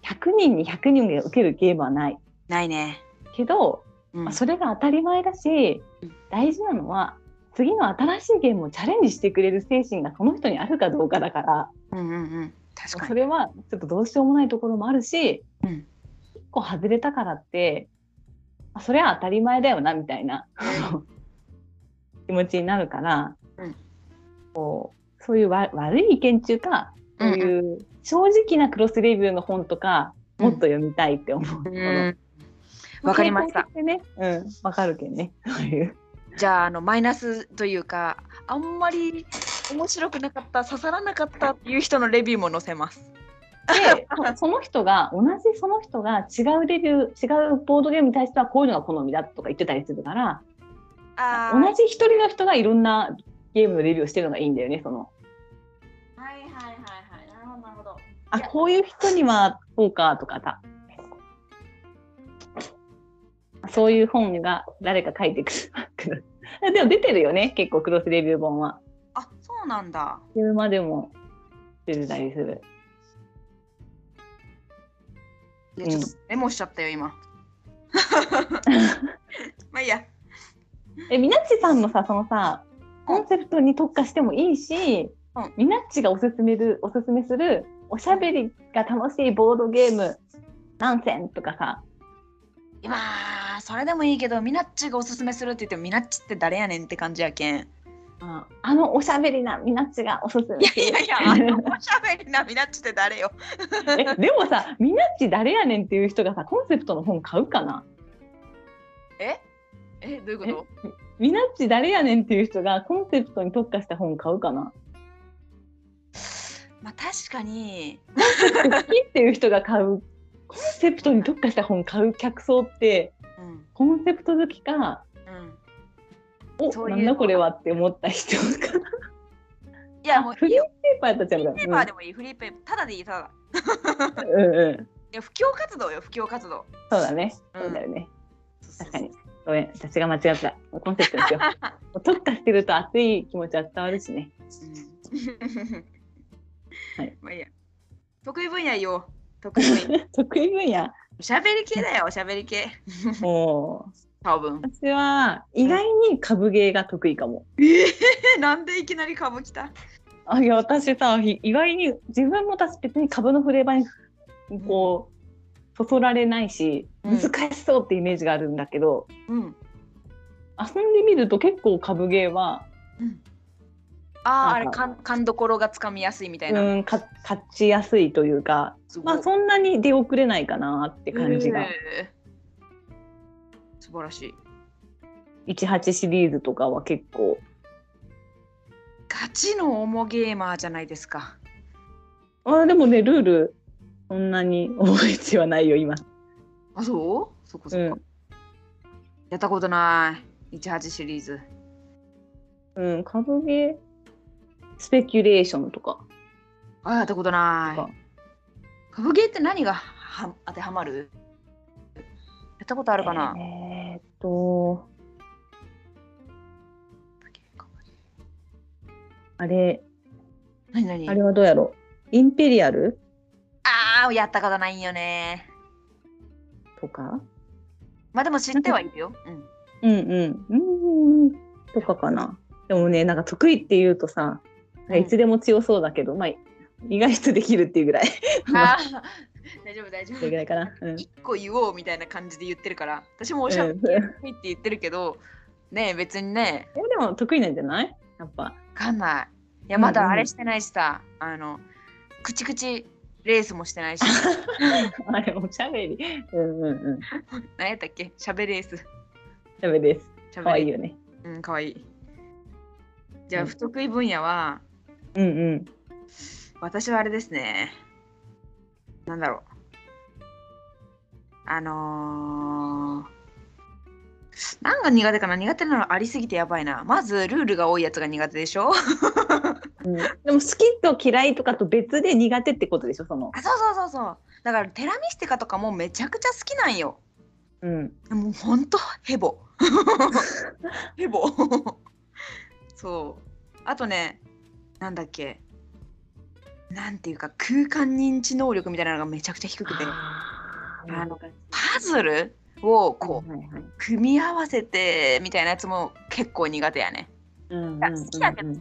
[SPEAKER 2] 100人に100人が受けるゲームはない
[SPEAKER 1] ないね
[SPEAKER 2] けど、
[SPEAKER 1] うん
[SPEAKER 2] まあそれが当たり前だし大事なのは次の新しいゲームをチャレンジしてくれる精神がその人にあるかどうかだから。
[SPEAKER 1] うんうんうん確か
[SPEAKER 2] そ
[SPEAKER 1] に
[SPEAKER 2] れはちょっとどうしようもないところもあるし、
[SPEAKER 1] うん
[SPEAKER 2] 1個外れたからってあそれは当たり前だよなみたいな気持ちになるから、
[SPEAKER 1] うん
[SPEAKER 2] こうそういうわ悪い意見中かそういう正直なクロスレビューの本とか、もっと読みたいって思う。
[SPEAKER 1] う
[SPEAKER 2] この
[SPEAKER 1] んわかりました
[SPEAKER 2] 傾向とてね、うん、わかるけんね。そう いう。
[SPEAKER 1] じゃああのマイナスというかあんまり面白くなかった刺さらなかったっていう人のレビューも載せます。
[SPEAKER 2] で、そその人が、同じその人が違うレビュー、違うボードゲームに対してはこういうのが好みだとか言ってたりするから、
[SPEAKER 1] あ
[SPEAKER 2] 同じ一人の人がいろんなゲームのレビューをしてるのがいいんだよねその
[SPEAKER 1] はいはいはいはいなるほどなるほど。
[SPEAKER 2] あこういう人にはこうかとかさそういう本が誰か書いてくるでも出てるよね結構クロスレビュー本は
[SPEAKER 1] あそうなんだ。
[SPEAKER 2] 車でも出てたりする
[SPEAKER 1] いやちょっとメモしちゃったよ 今。まあいいや。
[SPEAKER 2] えみなっちさんのさそのさコンセプトに特化してもいいし、
[SPEAKER 1] うん
[SPEAKER 2] みなっちがおすすめるおすすめするおしゃべりが楽しいボードゲーム何千とかさ
[SPEAKER 1] 今それでもいいけどミナッチがおすすめするって言ってもミナッチって誰やねんって感じやけん。うん
[SPEAKER 2] あのおしゃべりなみなっちがおすすめ
[SPEAKER 1] いやい やいや、あのおしゃべりなみなっちって誰よ。
[SPEAKER 2] えでもさみなっち誰やねんっていう人がさコンセプトの本買うかな
[SPEAKER 1] ええ、どういうこと
[SPEAKER 2] みなっち誰やねんっていう人がコンセプトに特化した本買うかな
[SPEAKER 1] まあ確かに、
[SPEAKER 2] 好きっていう人が買うコンセプトに特化した本買う客層って
[SPEAKER 1] うん
[SPEAKER 2] コンセプト好きか
[SPEAKER 1] うん、
[SPEAKER 2] お
[SPEAKER 1] そういう
[SPEAKER 2] なんだこれはって思った人か
[SPEAKER 1] いやもう
[SPEAKER 2] フ
[SPEAKER 1] いい
[SPEAKER 2] リー
[SPEAKER 1] よ
[SPEAKER 2] ペーパーやったらち
[SPEAKER 1] フ
[SPEAKER 2] ゃう
[SPEAKER 1] リーペーパ
[SPEAKER 2] か
[SPEAKER 1] ー
[SPEAKER 2] ら
[SPEAKER 1] でもいい、フリーペーパー。ただでいい、ただ。
[SPEAKER 2] うんうんうん
[SPEAKER 1] いや、布教活動よ、布教活動。
[SPEAKER 2] そうだね
[SPEAKER 1] うん
[SPEAKER 2] そうだよね
[SPEAKER 1] そうそうそう
[SPEAKER 2] 確かにごめん私が間違ったコンセプトで すよもう特化してると熱い気持ちは伝わるしね
[SPEAKER 1] うん
[SPEAKER 2] はい。
[SPEAKER 1] まあいいや。得意分野よ。得意分 野。
[SPEAKER 2] 得意分野
[SPEAKER 1] おしゃべり系だよ、おしゃべり系。
[SPEAKER 2] もう
[SPEAKER 1] 多分。
[SPEAKER 2] 私は意外に株芸が得意かも。
[SPEAKER 1] え、 なんでいきなり株来た
[SPEAKER 2] あいや私さひ意外に自分も私別に株のフレーバーにこうそそられないし
[SPEAKER 1] うん
[SPEAKER 2] 難しそうってイメージがあるんだけど、
[SPEAKER 1] うん。
[SPEAKER 2] 遊んでみると結構株芸は
[SPEAKER 1] うんああ、あ
[SPEAKER 2] な
[SPEAKER 1] れ、
[SPEAKER 2] んか
[SPEAKER 1] かん勘どころがつかみやすいみたいうな。
[SPEAKER 2] んか勝ちやすいというか、
[SPEAKER 1] すごい
[SPEAKER 2] まあ、そんなに出遅れないかなって感じが、
[SPEAKER 1] えー素晴らしい。
[SPEAKER 2] 18シリーズとかは結構
[SPEAKER 1] ガチの重ゲーマーじゃないですか。
[SPEAKER 2] あでもねルールそんなに覚えてはないよ今。
[SPEAKER 1] あ、そうそこそこ、
[SPEAKER 2] うん
[SPEAKER 1] やったことない。18シリーズ。
[SPEAKER 2] うん、株芸スペキュレーションとか。
[SPEAKER 1] あ、やったことない。株ゲーって何がは当てはまるやったことあ
[SPEAKER 2] あ
[SPEAKER 1] るかな、
[SPEAKER 2] えーっと、あれ、
[SPEAKER 1] 何何
[SPEAKER 2] あれはどうやろうインペリアル
[SPEAKER 1] ああ、やったことないよね。
[SPEAKER 2] とか
[SPEAKER 1] まあでも知ってはいるよ。うん。
[SPEAKER 2] うんうん。うんうん。とかかな。でもね、なんか得意って言うとさ、なんかいつでも強そうだけど、まあ、意外とできるっていうぐらい。
[SPEAKER 1] ああ、 大丈夫大丈
[SPEAKER 2] それぐらい
[SPEAKER 1] 夫。
[SPEAKER 2] かな。うん。
[SPEAKER 1] 一個言おうみたいな感じで言ってるから、私もおしゃべり
[SPEAKER 2] うん
[SPEAKER 1] 得意って言ってるけど、ねえ、別にね、
[SPEAKER 2] えでも得意なんじゃないやっぱ。
[SPEAKER 1] わかんない。いや、
[SPEAKER 2] うんうん
[SPEAKER 1] まだあれしてないしさ、あの、くちくちレースもして ないし、
[SPEAKER 2] あれ、おしゃべり。うんうんうん。
[SPEAKER 1] 何やったっけしゃべレース。
[SPEAKER 2] しゃべりです。
[SPEAKER 1] しゃ
[SPEAKER 2] かわ
[SPEAKER 1] べ
[SPEAKER 2] いい
[SPEAKER 1] レー
[SPEAKER 2] よね。
[SPEAKER 1] ス。うん、かわいい。じゃ
[SPEAKER 2] う
[SPEAKER 1] あ、
[SPEAKER 2] ん
[SPEAKER 1] 不得意分野は、
[SPEAKER 2] うんうん。
[SPEAKER 1] 私はあれですね。なんだろう。あのー、何が苦手かな苦手なのありすぎてやばいな。まず、ルールが多いやつが苦手でしょ
[SPEAKER 2] うんでも好きと嫌いとかと別で苦手ってことでしょその。
[SPEAKER 1] あ、そうそうそうそう。だから、テラミスティカとかもめちゃくちゃ好きなんよ。
[SPEAKER 2] うん。
[SPEAKER 1] もうほんとヘ ボヘボそうあとねなんだっけなんていうか空間認知能力みたいなのがめちゃくちゃ低くて
[SPEAKER 2] あ
[SPEAKER 1] ー
[SPEAKER 2] の
[SPEAKER 1] パズルをこう
[SPEAKER 2] はいはい。
[SPEAKER 1] 組み合わせてみたいなやつも結構苦手やね
[SPEAKER 2] うんうんうんうん
[SPEAKER 1] 好きだけど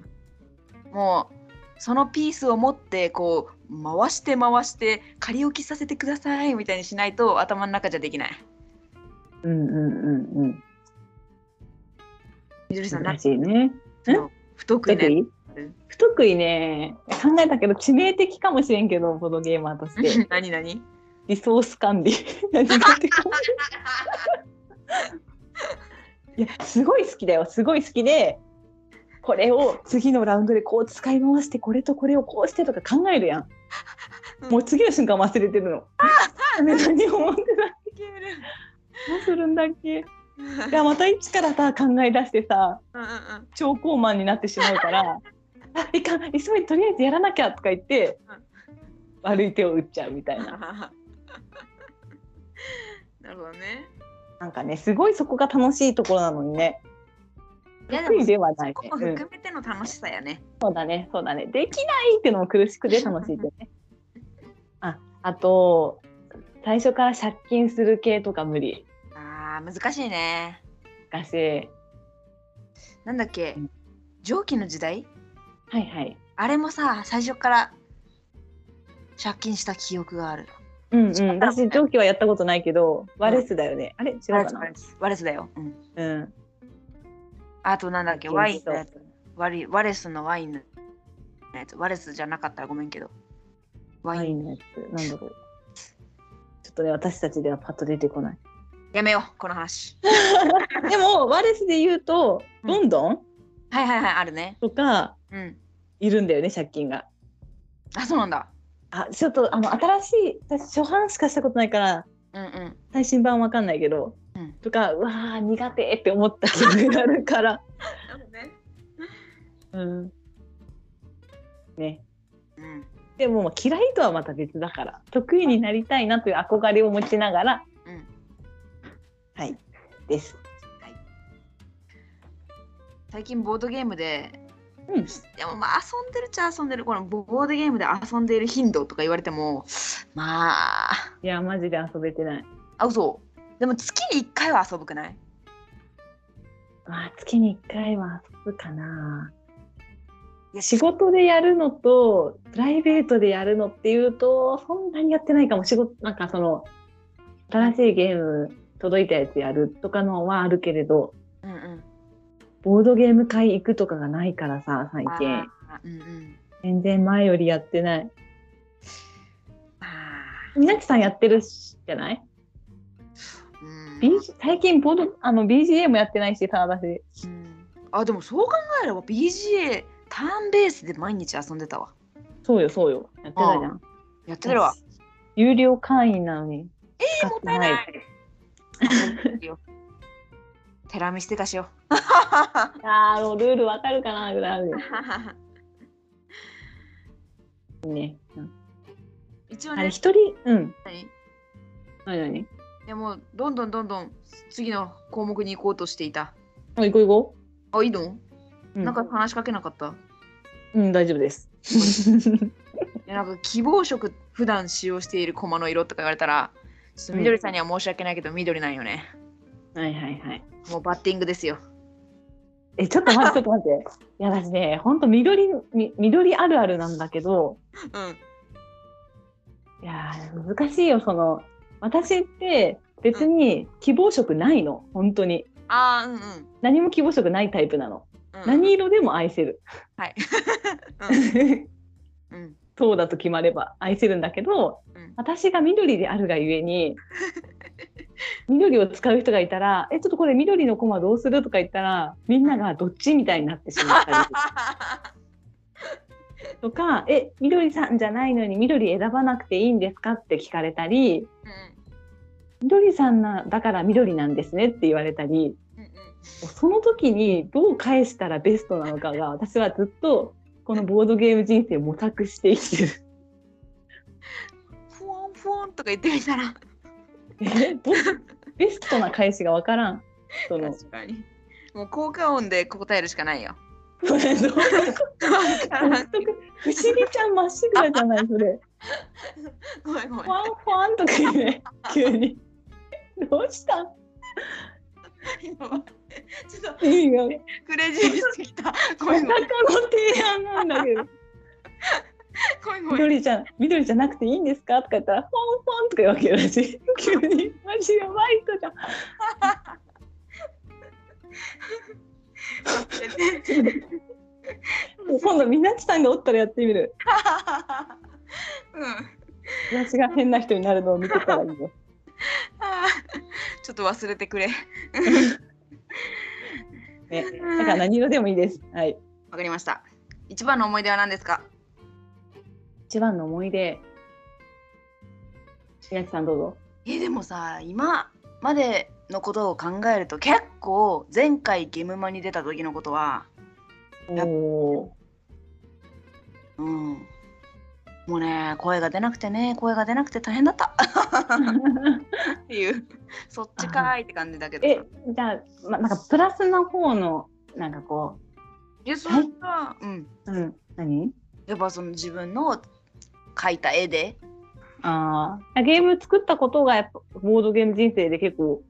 [SPEAKER 1] もうそのピースを持ってこう回して回して仮置きさせてくださいみたいにしないと頭の中じゃできない
[SPEAKER 2] うんうんうんうん。
[SPEAKER 1] みどりさんなん
[SPEAKER 2] 難
[SPEAKER 1] か
[SPEAKER 2] しいね。
[SPEAKER 1] 不得
[SPEAKER 2] 不
[SPEAKER 1] 意な
[SPEAKER 2] 得
[SPEAKER 1] や
[SPEAKER 2] 意不得意ね。考えたけど致命的かもしれんけどボードゲーマーとし
[SPEAKER 1] つ
[SPEAKER 2] て
[SPEAKER 1] 何何
[SPEAKER 2] リソース管理 何がってかもいやすごい好きだよすごい好きでこれを次のラウンドでこう使い回してこれとこれをこうしてとか考えるやん。もう次の瞬間忘れてるの。 何も思ってない。どうするんだっけい やまた一からさ考え出してさ
[SPEAKER 1] うんうんうん
[SPEAKER 2] 超高慢になってしま うから「あいかん急いでとりあえずやらなきゃ」とか言って
[SPEAKER 1] うん
[SPEAKER 2] 悪い手を打っちゃうみたいな
[SPEAKER 1] なるほどね。
[SPEAKER 2] なんかねすごいそこが楽しいところなのにね
[SPEAKER 1] いやで
[SPEAKER 2] 得意
[SPEAKER 1] も
[SPEAKER 2] ではない、ね
[SPEAKER 1] そこも
[SPEAKER 2] うん
[SPEAKER 1] 含めての楽しさやね。
[SPEAKER 2] そうだねそうだねできないっていうのも苦しくて楽しいってね ああと最初から借金する系とか無理
[SPEAKER 1] ああ難しいね。
[SPEAKER 2] だし
[SPEAKER 1] なんだっけ
[SPEAKER 2] うん
[SPEAKER 1] 蒸気の時代
[SPEAKER 2] はいはい
[SPEAKER 1] あれもさ最初から借金した記憶がある。
[SPEAKER 2] うんう
[SPEAKER 1] 違った
[SPEAKER 2] ん
[SPEAKER 1] もんね
[SPEAKER 2] 私上記はやったことないけどワレスだよねあれ違うか
[SPEAKER 1] ワレス
[SPEAKER 2] な
[SPEAKER 1] ワレスワレスだよ。うん。
[SPEAKER 2] うん
[SPEAKER 1] あとなんだっけ
[SPEAKER 2] そう
[SPEAKER 1] ワインのやつ。ワリワレスのワインのやつワレスじゃなかったらごめんけどワイン、
[SPEAKER 2] ワインのやつ、なんだろう。ちょっとね、私たちではパッと出てこない。
[SPEAKER 1] やめようこの話
[SPEAKER 2] でも、ワレスで言うと、
[SPEAKER 1] うん
[SPEAKER 2] ロンドン
[SPEAKER 1] はいはいはいあるね
[SPEAKER 2] とか
[SPEAKER 1] うん
[SPEAKER 2] いるんだよね、借金が。
[SPEAKER 1] あそうなんだ
[SPEAKER 2] あ、ちょっと、あの、新しい、私、初版しかしたことないから、
[SPEAKER 1] うんうん
[SPEAKER 2] 最新版わかんないけど、
[SPEAKER 1] うん
[SPEAKER 2] とか、うわー、苦手って思った記憶があるから。 うん。ね。
[SPEAKER 1] うん
[SPEAKER 2] でも、嫌いとはまた別だから、得意になりたいなという憧れを持ちながら、
[SPEAKER 1] うん
[SPEAKER 2] はい、です。
[SPEAKER 1] 最近ボードゲームで
[SPEAKER 2] うん。
[SPEAKER 1] でもまあ遊んでるっちゃ遊んでるこのボードゲームで遊んでいる頻度とか言われてもまあ
[SPEAKER 2] いや、マジで遊べてない。
[SPEAKER 1] あ嘘でも月に1回は遊ぶくない
[SPEAKER 2] まあ、月に1回は遊ぶかな。
[SPEAKER 1] いや
[SPEAKER 2] 仕事でやるのと、プライベートでやるのっていうと、そんなにやってないかも。仕事、なんかその、新しいゲーム届いたやつやるとかのはあるけれど、
[SPEAKER 1] うんうん
[SPEAKER 2] ボードゲーム会行くとかがないからさ、最
[SPEAKER 1] あ
[SPEAKER 2] 近。
[SPEAKER 1] ーうんうん
[SPEAKER 2] 全然前よりやってない。
[SPEAKER 1] まあ
[SPEAKER 2] みなきさんやってるしじゃない、
[SPEAKER 1] うん、
[SPEAKER 2] B- 最近ボード、あの、BGM やってないしさ、私。
[SPEAKER 1] うんあでもそう考えれば BGA ターンベースで毎日遊んでたわ
[SPEAKER 2] そうよ、そうよ。やってないじゃん。
[SPEAKER 1] やってるわ
[SPEAKER 2] 私。有料会員なのに。え
[SPEAKER 1] もったいない 遊んでるよテラミステカしよう
[SPEAKER 2] あーもうルールわかるかなぐらいあるよ。 ね。
[SPEAKER 1] 一応
[SPEAKER 2] あれ
[SPEAKER 1] ね
[SPEAKER 2] 一人うん。
[SPEAKER 1] はい
[SPEAKER 2] 何何
[SPEAKER 1] いやもうどんどんどんどん次の項目に行こうとしていた
[SPEAKER 2] あ行こう行こ
[SPEAKER 1] あいいの、
[SPEAKER 2] う。う
[SPEAKER 1] なんか話しかけなかった
[SPEAKER 2] うん大丈夫です。
[SPEAKER 1] いやなんか希望色普段使用しているコマの色とか言われたらちょっと緑さんには申し訳ないけど緑なんよね、
[SPEAKER 2] はいはいはい。
[SPEAKER 1] もうバッティングですよ
[SPEAKER 2] えちょっと待ってちょっと待って。いや私ね本当緑み緑あるあるなんだけど、
[SPEAKER 1] うん
[SPEAKER 2] いやー難しいよその私って別に希望色ないの本当に
[SPEAKER 1] ああうんうん
[SPEAKER 2] 何も希望色ないタイプなの。
[SPEAKER 1] うん
[SPEAKER 2] 何色でも愛せる。
[SPEAKER 1] はい。 うん
[SPEAKER 2] そうだと決まれば愛せるんだけど、
[SPEAKER 1] うん
[SPEAKER 2] 私が緑であるがゆ えに緑を使う人がいたら「えちょっとこれ緑のコマどうする?」とか言ったらみんながどっちみたいになってしまったりとか「え緑さんじゃないのに緑選ばなくていいんですか?」って聞かれたり
[SPEAKER 1] う
[SPEAKER 2] 「緑さんなだから緑なんですね」って言われたり
[SPEAKER 1] んうんうん
[SPEAKER 2] その時にどう返したらベストなのかが私はずっとこのボードゲーム人生模索して生きてる。
[SPEAKER 1] ふわんふわんとか言ってみたら
[SPEAKER 2] え どベストな返しが分からん。その
[SPEAKER 1] 確かにもう効果音で答えるしかないよ
[SPEAKER 2] それどう
[SPEAKER 1] わからん
[SPEAKER 2] 独特不思議ちゃんまっしぐらじゃないそれ。
[SPEAKER 1] ごめんごめん
[SPEAKER 2] ファンファンとか言うね急に。どうした
[SPEAKER 1] やばいちょっと
[SPEAKER 2] 意味が分
[SPEAKER 1] クレイジーにしてきたごめんご
[SPEAKER 2] か
[SPEAKER 1] めん
[SPEAKER 2] るの提案なんだけど。
[SPEAKER 1] ごめんごめん
[SPEAKER 2] 緑ちゃん緑じゃなくていいんですかとか言ったらファンファンとか言うわけだし急にマジやばい人じゃん。
[SPEAKER 1] 忘れて
[SPEAKER 2] 今度みなちさんがおったらやってみる。
[SPEAKER 1] うん
[SPEAKER 2] 私が変な人になるのを見てたらいいよ。
[SPEAKER 1] あーちょっと忘れてくれ
[SPEAKER 2] ね、だから何色でもいいです。はい。
[SPEAKER 1] わかりました一番の思い出は何ですか
[SPEAKER 2] 一番の思い出。みなちさんどうぞ。
[SPEAKER 1] えでもさ今までのことを考えると結構前回ゲームマに出た時のことは
[SPEAKER 2] お
[SPEAKER 1] うんもうね声が出なくてね声が出なくて大変だった
[SPEAKER 2] ー
[SPEAKER 1] っていうそっちかーいって感じだけど
[SPEAKER 2] えじゃあ、ま、なんかプラスの方のなんかこ
[SPEAKER 1] でそのさ、うん、
[SPEAKER 2] う、うん、何
[SPEAKER 1] やっぱその自分の描いた絵で
[SPEAKER 2] あーゲーム作ったことがやっぱボードゲーム人生で結構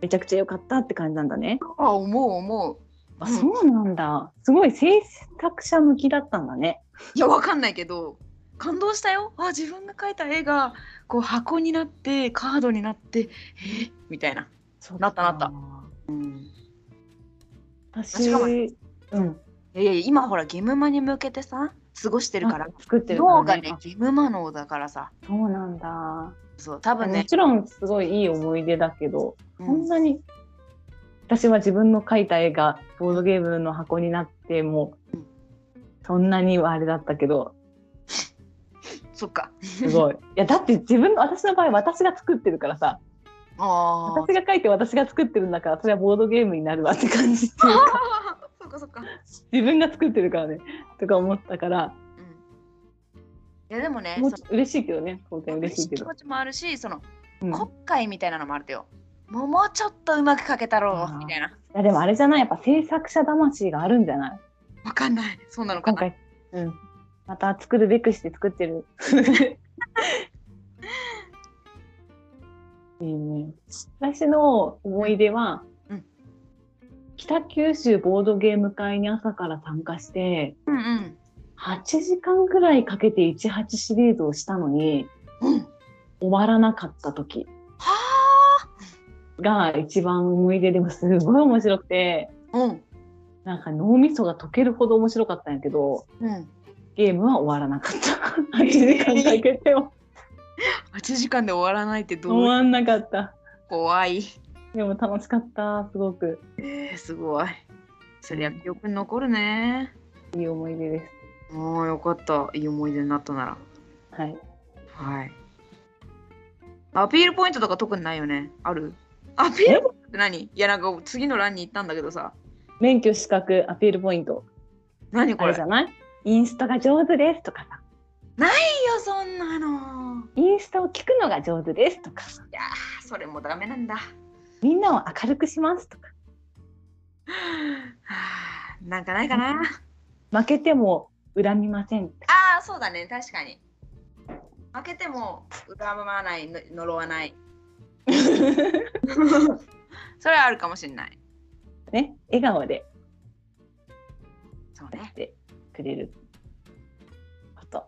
[SPEAKER 2] めちゃくちゃ良かったって感じなんだね。
[SPEAKER 1] あ思う思う
[SPEAKER 2] あ
[SPEAKER 1] うん
[SPEAKER 2] そうなんだ。すごい制作者向きだったんだね。
[SPEAKER 1] いやわかんないけど感動したよあ自分が描いた絵がこう箱になってカードになってえみたいな、
[SPEAKER 2] そう
[SPEAKER 1] なったなった。
[SPEAKER 2] 私
[SPEAKER 1] しかも
[SPEAKER 2] うん
[SPEAKER 1] いやいや今ほらゲムマに向けてさ過ごしてるから
[SPEAKER 2] 作ってるから
[SPEAKER 1] 脳がねゲムマ脳だからさ
[SPEAKER 2] そうなんだ、
[SPEAKER 1] そう多分
[SPEAKER 2] も
[SPEAKER 1] ね、
[SPEAKER 2] ちろんすごいいい思い出だけど、
[SPEAKER 1] う
[SPEAKER 2] こんなに私は自分の描いた絵がボードゲームの箱になっても
[SPEAKER 1] うん
[SPEAKER 2] そんなにはあれだったけど
[SPEAKER 1] そっか
[SPEAKER 2] す ごいいやだって自分の私の場合私が作ってるからさ
[SPEAKER 1] あー
[SPEAKER 2] 私が描いて私が作ってるんだからそれはボードゲームになるわって感じっていうか
[SPEAKER 1] そっかそっか
[SPEAKER 2] 自分が作ってるからねとか思ったから
[SPEAKER 1] いやでもね、
[SPEAKER 2] もう
[SPEAKER 1] その
[SPEAKER 2] 嬉しいけどね当然嬉しいけ
[SPEAKER 1] 気
[SPEAKER 2] ど
[SPEAKER 1] 持。ちもあるし、その
[SPEAKER 2] うん
[SPEAKER 1] 後悔みたいなのもあるってよ。もうもうちょっとうまくかけたろ
[SPEAKER 2] あー
[SPEAKER 1] うみたいな。
[SPEAKER 2] いやでもあれじゃないやっぱ制作者魂があるんじゃない
[SPEAKER 1] わかんない。そうなのか
[SPEAKER 2] 今
[SPEAKER 1] な。
[SPEAKER 2] 回、うん、また作るべくして作って るいいね私の思い出は、
[SPEAKER 1] うん
[SPEAKER 2] 北九州ボードゲーム会に朝から参加して
[SPEAKER 1] うんうん。
[SPEAKER 2] 8時間ぐらいかけて18シリーズをしたのに
[SPEAKER 1] うん、
[SPEAKER 2] 終わらなかった時
[SPEAKER 1] は
[SPEAKER 2] が一番思い出でもすごい面白くて
[SPEAKER 1] あ。うん。
[SPEAKER 2] なんか脳みそが溶けるほど面白かったんやけど
[SPEAKER 1] うん。
[SPEAKER 2] ゲームは終わらなかった。8時間かけても
[SPEAKER 1] 8時間で終わらないってど
[SPEAKER 2] 終
[SPEAKER 1] ういう
[SPEAKER 2] わんなかった。
[SPEAKER 1] 怖い。
[SPEAKER 2] でも楽しかった、すごく
[SPEAKER 1] えー、すごい。そりゃ記憶に残るね。
[SPEAKER 2] いい思い出です。
[SPEAKER 1] もうよかった。いい思い出になったなら。
[SPEAKER 2] はい。
[SPEAKER 1] はい。アピールポイントとか特にないよね。あるアピールポイントって何いやなんか次の欄に行ったんだけどさ。
[SPEAKER 2] 免許資格アピールポイント。
[SPEAKER 1] 何こ
[SPEAKER 2] あ
[SPEAKER 1] れ
[SPEAKER 2] れじゃないインスタが上手ですとかさ、
[SPEAKER 1] いいよそんなの
[SPEAKER 2] インスタを聞くのが上手ですとか、
[SPEAKER 1] あそれもダメなんだは
[SPEAKER 2] みんなを明るくしますとか、
[SPEAKER 1] あなんかないかな
[SPEAKER 2] 負けても恨みませんって
[SPEAKER 1] ああそうだね確かに負けても恨まないの呪わ ないそれはあるかもしれない
[SPEAKER 2] ね、笑顔で
[SPEAKER 1] そう
[SPEAKER 2] や
[SPEAKER 1] ね
[SPEAKER 2] ってくれること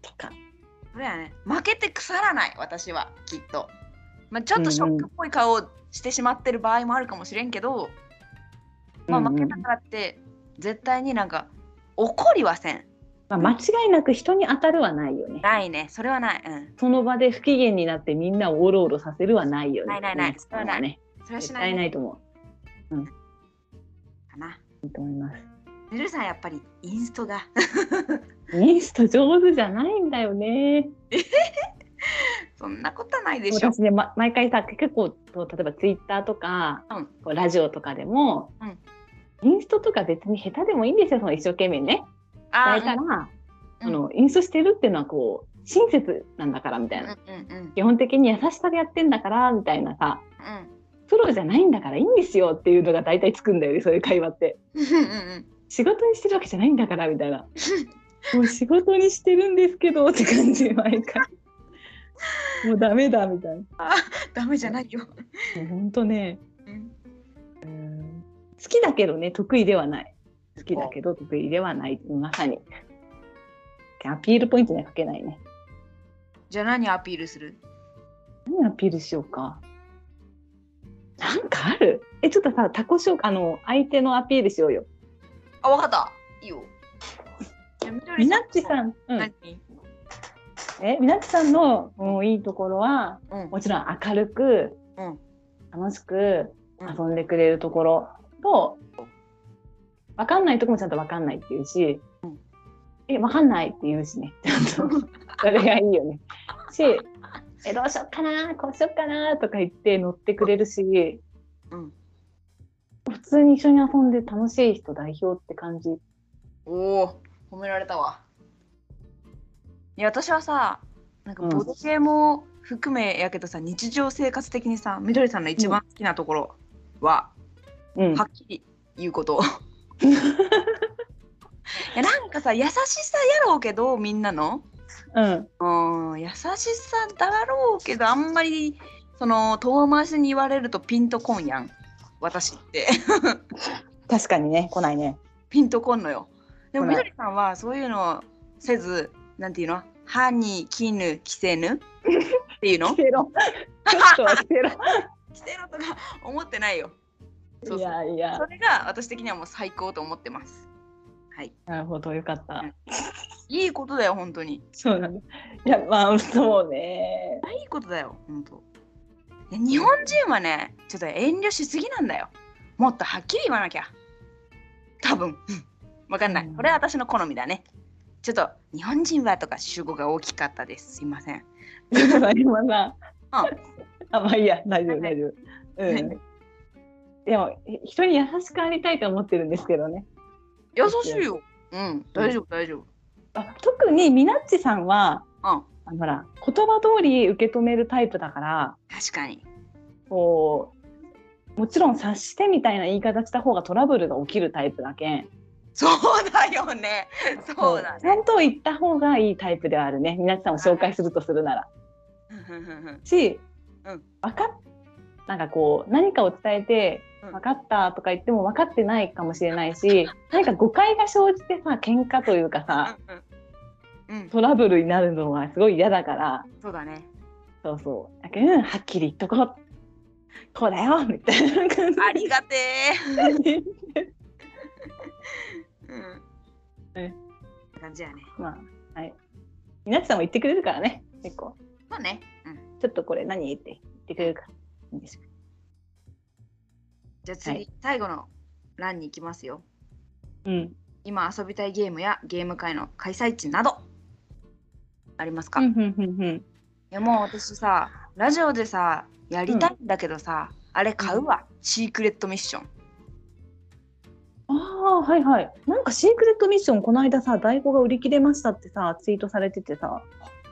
[SPEAKER 2] とか。
[SPEAKER 1] それはね負けて腐らない私はきっと、まあ、ちょっとショックっぽい顔をしてしまってる場合もあるかもしれんけど、まあ、
[SPEAKER 2] うんうん
[SPEAKER 1] 負けたからって絶対になんか怒りはせん
[SPEAKER 2] まあ、間違いなく人に当たるはないよね。
[SPEAKER 1] ないねそれはないうん
[SPEAKER 2] その場で不機嫌になってみんなをおろおろさせるはないよ
[SPEAKER 1] な
[SPEAKER 2] ね。
[SPEAKER 1] いないない
[SPEAKER 2] 皆さんはね、
[SPEAKER 1] それはし
[SPEAKER 2] 絶
[SPEAKER 1] ない
[SPEAKER 2] 対
[SPEAKER 1] ね
[SPEAKER 2] ないと思
[SPEAKER 1] かな。
[SPEAKER 2] う。いいと思います。
[SPEAKER 1] ねるさんやっぱりインストが
[SPEAKER 2] インスタ上手じゃないんだよね。
[SPEAKER 1] そんなことはないでしょ。
[SPEAKER 2] 私ね、ま、毎回さ結構こう例えばツイッターとか、
[SPEAKER 1] うん
[SPEAKER 2] こうラジオとかでも、
[SPEAKER 1] うん
[SPEAKER 2] インストとか別に下手でもいいんですよその一生懸命ね。
[SPEAKER 1] あ
[SPEAKER 2] だ
[SPEAKER 1] あ
[SPEAKER 2] いたら、
[SPEAKER 1] うん
[SPEAKER 2] そのインストしてるっていうのはこう親切なんだからみたいな、
[SPEAKER 1] うんうんうん
[SPEAKER 2] 基本的に優しさでやってんだからみたいなさプロじゃないんだからいいんですよっていうのが大体つくんだよねそういう会話って。
[SPEAKER 1] うんうんうん
[SPEAKER 2] 仕事にしてるわけじゃないんだからみたいなもう仕事にしてるんですけどって感じ毎回もうダメだみたいな
[SPEAKER 1] ダメじゃないよ。
[SPEAKER 2] もうほんとね
[SPEAKER 1] うん
[SPEAKER 2] 好きだけどね得意ではない好きだけど得意ではないまさにアピールポイントにはかけないね
[SPEAKER 1] じゃあ何アピールする？
[SPEAKER 2] 何アピールしようかなんかあるえちょっとさ他己紹介あの相手のアピールしようよ
[SPEAKER 1] あわかった。いいよ。じゃあみどり
[SPEAKER 2] みなっちさ
[SPEAKER 1] ん。
[SPEAKER 2] ん、うん、
[SPEAKER 1] 何？
[SPEAKER 2] えみなっちさんのもういいところは
[SPEAKER 1] うん
[SPEAKER 2] もちろん明るく、
[SPEAKER 1] うん
[SPEAKER 2] 楽しく
[SPEAKER 1] うん
[SPEAKER 2] 遊んでくれるところと、分かんないとこもちゃんと分かんないって言うし、え分かんないって言うしね ちゃん とそれがいいよね。しえどうしよっかなこうしよっかなとか言って乗ってくれるし、
[SPEAKER 1] うん
[SPEAKER 2] 普通に一緒に遊んで楽しい人代表って感じ。
[SPEAKER 1] おお褒められたわ。いや私はさなんか
[SPEAKER 2] うん
[SPEAKER 1] ボケも含めやけどさ、日常生活的にさみどりさんの一番好きなところは、
[SPEAKER 2] うん
[SPEAKER 1] はっきり言うこと いやなんかさ優しさやろうけどみんなの
[SPEAKER 2] うん
[SPEAKER 1] うん優しさだろうけどあんまりその遠回しに言われるとピンとこんやん私って
[SPEAKER 2] 確かにね来な いね。
[SPEAKER 1] ピンとこんのよでも
[SPEAKER 2] ほら
[SPEAKER 1] みどりさんはそういうのをせずなんていうの歯に絹着せぬっていう の
[SPEAKER 2] 来てろちょっとは来てろ
[SPEAKER 1] 着せろとか 思ってないよそうそう
[SPEAKER 2] いやいや
[SPEAKER 1] それが私的にはもう最高と思ってますはい。
[SPEAKER 2] なるほど、よかった。
[SPEAKER 1] うんいいことだよ、本当に。
[SPEAKER 2] そうなんだ。いや、まあ、そうね。
[SPEAKER 1] いいことだよ、本当。いや日本人はね、ちょっと遠慮しすぎなんだよ。もっとはっきり言わなきゃ。多分。 わかんない。
[SPEAKER 2] うん
[SPEAKER 1] これは私の好みだね。ちょっと、日本人はとか主語が大きかったです。すいません。
[SPEAKER 2] 今さ。
[SPEAKER 1] うん
[SPEAKER 2] あ、まあ、いいや、大丈
[SPEAKER 1] は
[SPEAKER 2] 夫、
[SPEAKER 1] い
[SPEAKER 2] 大丈夫。
[SPEAKER 1] は
[SPEAKER 2] うん。でも、ひ人に優しくありたいと思ってるんですけどね。
[SPEAKER 1] 優しいよ。うん、大丈夫、大丈夫。
[SPEAKER 2] あ特にミナッチさんは、
[SPEAKER 1] うん、
[SPEAKER 2] あのほら、言葉通り受け止めるタイプだから、
[SPEAKER 1] 確かに。
[SPEAKER 2] こう、もちろん察してみたいな言い方した方がトラブルが起きるタイプだけん。
[SPEAKER 1] そうだよね。そうだ
[SPEAKER 2] ちゃ
[SPEAKER 1] ね。
[SPEAKER 2] んと言った方がいいタイプではあるね。ミナッチさんを紹介するとするなら。し、
[SPEAKER 1] うん
[SPEAKER 2] 分かっなんかこう何かを伝えて
[SPEAKER 1] うん
[SPEAKER 2] 分かったとか言っても分かってないかもしれな いし、何か誤解が生じてさ喧嘩というかさ
[SPEAKER 1] うん、うん、
[SPEAKER 2] トラブルになるのはすごい嫌だから
[SPEAKER 1] そうだね。
[SPEAKER 2] そうそうだけど、うん、はっきり言っとこうこうだよみたいな感じ
[SPEAKER 1] ありがて
[SPEAKER 2] で、
[SPEAKER 1] え。うん。
[SPEAKER 2] え
[SPEAKER 1] 感じやね。
[SPEAKER 2] まあはい、みなっちさんも言ってくれるからね結構
[SPEAKER 1] そうね。うん。
[SPEAKER 2] ちょっとこれ何って言ってくれるからいいんですよ
[SPEAKER 1] じゃあ次、
[SPEAKER 2] はい
[SPEAKER 1] 最後の欄に行きますよ。
[SPEAKER 2] うん
[SPEAKER 1] 今遊びたいゲームやゲーム会の開催地などありますか、
[SPEAKER 2] う
[SPEAKER 1] い
[SPEAKER 2] んうんうんうん
[SPEAKER 1] やもう私さラジオでさやりたいんだけどさ、あれ買うわ、シークレットミッション
[SPEAKER 2] ああはいはいなんかシークレットミッションこの間さ在庫が売り切れましたってさツイートされててさ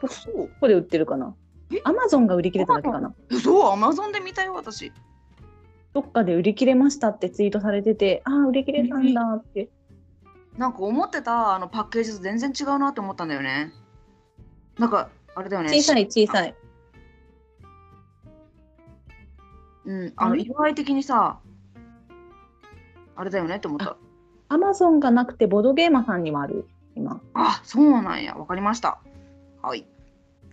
[SPEAKER 2] ど
[SPEAKER 1] そう
[SPEAKER 2] こで売ってるかな
[SPEAKER 1] え
[SPEAKER 2] アマゾンが売り切れただけかな
[SPEAKER 1] そうアマゾンで見たよ私
[SPEAKER 2] どっかで売り切れましたってツイートされててああ売り切れたんだって
[SPEAKER 1] なんか思ってたあのパッケージと全然違うなって思ったんだよねなんかあれだよね
[SPEAKER 2] 小さ
[SPEAKER 1] し
[SPEAKER 2] い小さい
[SPEAKER 1] うんあの
[SPEAKER 2] うん
[SPEAKER 1] 色合い的にさあれだよねって思った
[SPEAKER 2] アマゾンがなくてボードゲーマーさんにはある今
[SPEAKER 1] あそうなんやわかりましたはい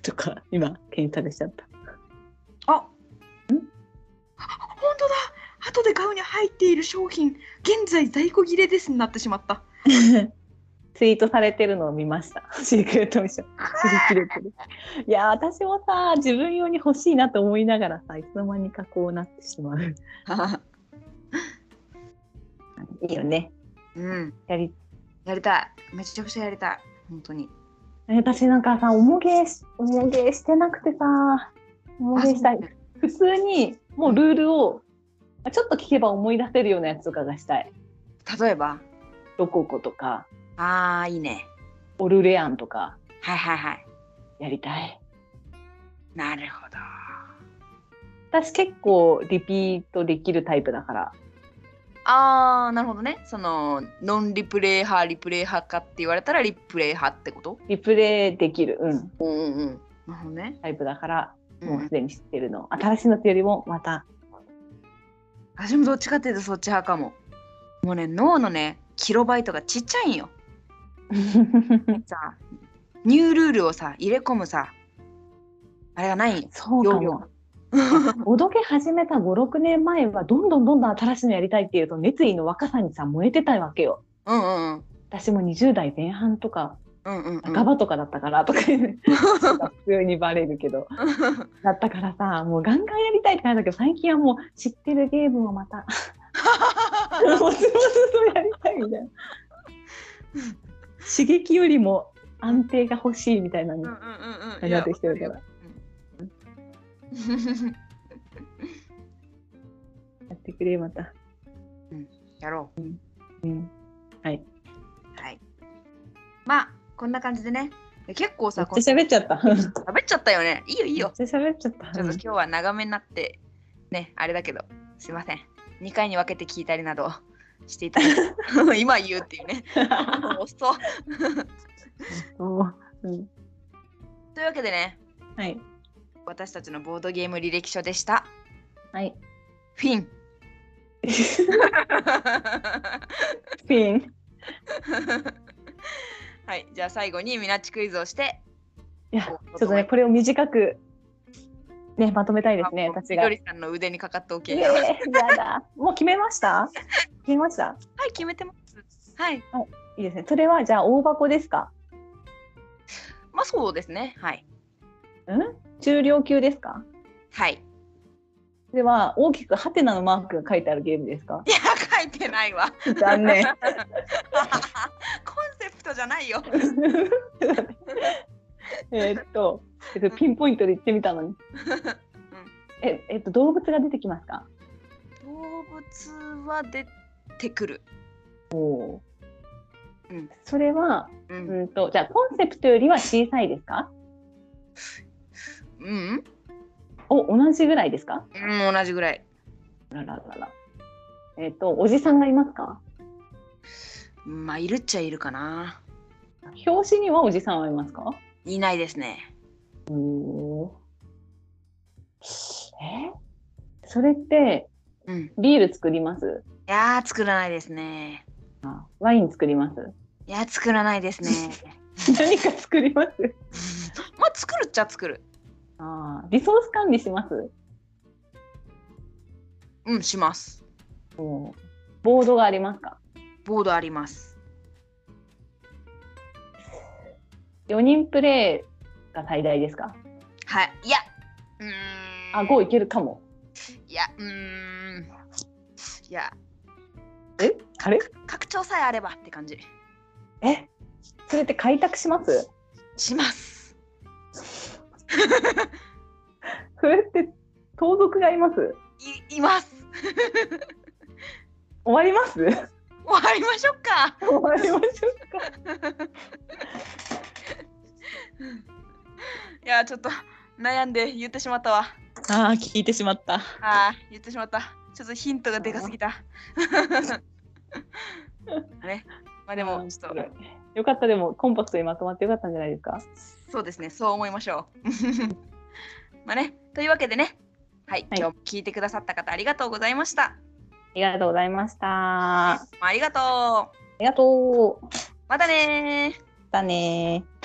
[SPEAKER 2] とか今検索しちゃった
[SPEAKER 1] あん本当だ後で買うに入っている商品現在在庫切れですになってしま った
[SPEAKER 2] ツイートされてるのを見ました シークレットミッション売り切れてるいやー私もさ自分用に欲しいなと思いながらさいつの間にかこうなってしまういいよね
[SPEAKER 1] うん
[SPEAKER 2] やり
[SPEAKER 1] やりたいめちゃくちゃやりたい本当に
[SPEAKER 2] 私なんかさ、おもげし、おもげしてなくてさ、おもげしたい。普通に、もうルールを、ちょっと聞けば思い出せるようなやつとかがしたい。
[SPEAKER 1] 例えば
[SPEAKER 2] ロココとか、
[SPEAKER 1] あーいいね
[SPEAKER 2] オルレアンとか、
[SPEAKER 1] はいはいはい
[SPEAKER 2] やりたい。
[SPEAKER 1] なるほど
[SPEAKER 2] 私結構リピートできるタイプだから。
[SPEAKER 1] あーなるほどねそのノンリプレイ派リプレイ派かって言われたらリプレイ派ってこと
[SPEAKER 2] リプレイできる、うん、
[SPEAKER 1] うんうんうんなるほどね、
[SPEAKER 2] タイプだから、
[SPEAKER 1] う
[SPEAKER 2] もうんす、でに知ってるの。新しいのってよりも、また。
[SPEAKER 1] 私もどっちかっていうとそっち派かももうね脳のねキロバイトがちっちゃいんよさニュールールをさ入れ込むさあれがないんよ
[SPEAKER 2] そうか
[SPEAKER 1] 容量
[SPEAKER 2] も。おどけ始めた5、6年前は、どんどんどんどん新しいのやりたいっていうと、熱意の若さにさ、燃えてたわけよ。
[SPEAKER 1] うんうんうん
[SPEAKER 2] 私も20代前半とか
[SPEAKER 1] うんうんうん
[SPEAKER 2] 半ばとかだったからとか、 普通にバレるけどだったからさもうガンガンやりたいってなるんだけど最近はもう知ってるゲームをまたもうずっとやりたいみたいな刺激よりも安定が欲しいみたいなのに
[SPEAKER 1] うんうんうんうんい
[SPEAKER 2] な
[SPEAKER 1] や
[SPEAKER 2] ってきてるから、やってくれまた
[SPEAKER 1] やろう
[SPEAKER 2] うんはい
[SPEAKER 1] はいまあこんな感じでねいや結構
[SPEAKER 2] め
[SPEAKER 1] さ
[SPEAKER 2] っ
[SPEAKER 1] こん
[SPEAKER 2] ちゃ喋っちゃったうん
[SPEAKER 1] 喋っちゃったよねいいよいいよ
[SPEAKER 2] めっちゃ喋っちゃった
[SPEAKER 1] ちょっと今日は長めになってねあれだけどすいません2回に分けて聞いたりなどしていただいて 今言うっていうね遅っ
[SPEAKER 2] もううん
[SPEAKER 1] というわけでね
[SPEAKER 2] はい
[SPEAKER 1] 私たちのボードゲーム履歴書でした
[SPEAKER 2] はい
[SPEAKER 1] フ ィン
[SPEAKER 2] ピン
[SPEAKER 1] はいじゃあ最後にミナッチクイズをして
[SPEAKER 2] いや、ちょっとね、これを短く、ね、まとめたいですね、私が。
[SPEAKER 1] りさんの腕にかかっておけ
[SPEAKER 2] え
[SPEAKER 1] よは
[SPEAKER 2] ーやだ。もう決めました決めました
[SPEAKER 1] い決めてますはい。
[SPEAKER 2] いいですね。それはじゃあ大箱ですか
[SPEAKER 1] まあそうですね。はい。
[SPEAKER 2] 中量級ですか
[SPEAKER 1] はい。
[SPEAKER 2] では大きくハテナのマークが書いてあるゲームですか
[SPEAKER 1] いや、書いてないわ。
[SPEAKER 2] 残念。
[SPEAKER 1] コンセプトじゃないよ。
[SPEAKER 2] えーっと、えっと、ピンポイントで言ってみたのに。え、えっと、動物が出てきますか
[SPEAKER 1] 動物は出てくる。うん
[SPEAKER 2] それは、
[SPEAKER 1] う。
[SPEAKER 2] うんんと、じゃあコンセプトよりは小さいですか
[SPEAKER 1] うん。
[SPEAKER 2] お、同じぐらいですか
[SPEAKER 1] うん、同じぐらい。
[SPEAKER 2] あらららら。えっと、おじさんがいますか
[SPEAKER 1] まあいるっちゃいるかな。
[SPEAKER 2] 表紙にはおじさんはいますか
[SPEAKER 1] いないですね。
[SPEAKER 2] おえそれって
[SPEAKER 1] うん。い
[SPEAKER 2] ビール作ります
[SPEAKER 1] やー、作らないですね。
[SPEAKER 2] ワイン作ります
[SPEAKER 1] いや、作らないです ね。
[SPEAKER 2] 何か作ります
[SPEAKER 1] まあ作るっちゃ作る。
[SPEAKER 2] あーリソース管理します
[SPEAKER 1] うん、します。
[SPEAKER 2] おボードがありますか
[SPEAKER 1] ボードあります。
[SPEAKER 2] 4人プレイが最大ですか
[SPEAKER 1] はい。いや。うーん。
[SPEAKER 2] あ5いけるかも
[SPEAKER 1] いや、うーん。いや、
[SPEAKER 2] えあれ
[SPEAKER 1] 拡張さえあればって感じ。
[SPEAKER 2] えそれって開拓します
[SPEAKER 1] します。
[SPEAKER 2] それって盗賊がいます
[SPEAKER 1] い、います。
[SPEAKER 2] 終わります
[SPEAKER 1] 終わりましょうか。
[SPEAKER 2] 終わりましょうか
[SPEAKER 1] いや、ちょっと悩んで言ってしまったわ。
[SPEAKER 2] ああ聞いてしまった
[SPEAKER 1] あー言ってしまった。ちょっとヒントがでかすぎ た。ね。まあでも、ちょっと、
[SPEAKER 2] よかったでもコンパクトにまとまってよかったんじゃないですか
[SPEAKER 1] そうですね、そう思いましょう。まあね、というわ けでね、はい、
[SPEAKER 2] はい
[SPEAKER 1] 今日も聞いてくださった方ありがとうございました。
[SPEAKER 2] ありがとうございましたあ
[SPEAKER 1] まあ、ありがとう。
[SPEAKER 2] りがとう
[SPEAKER 1] またねー。
[SPEAKER 2] だねー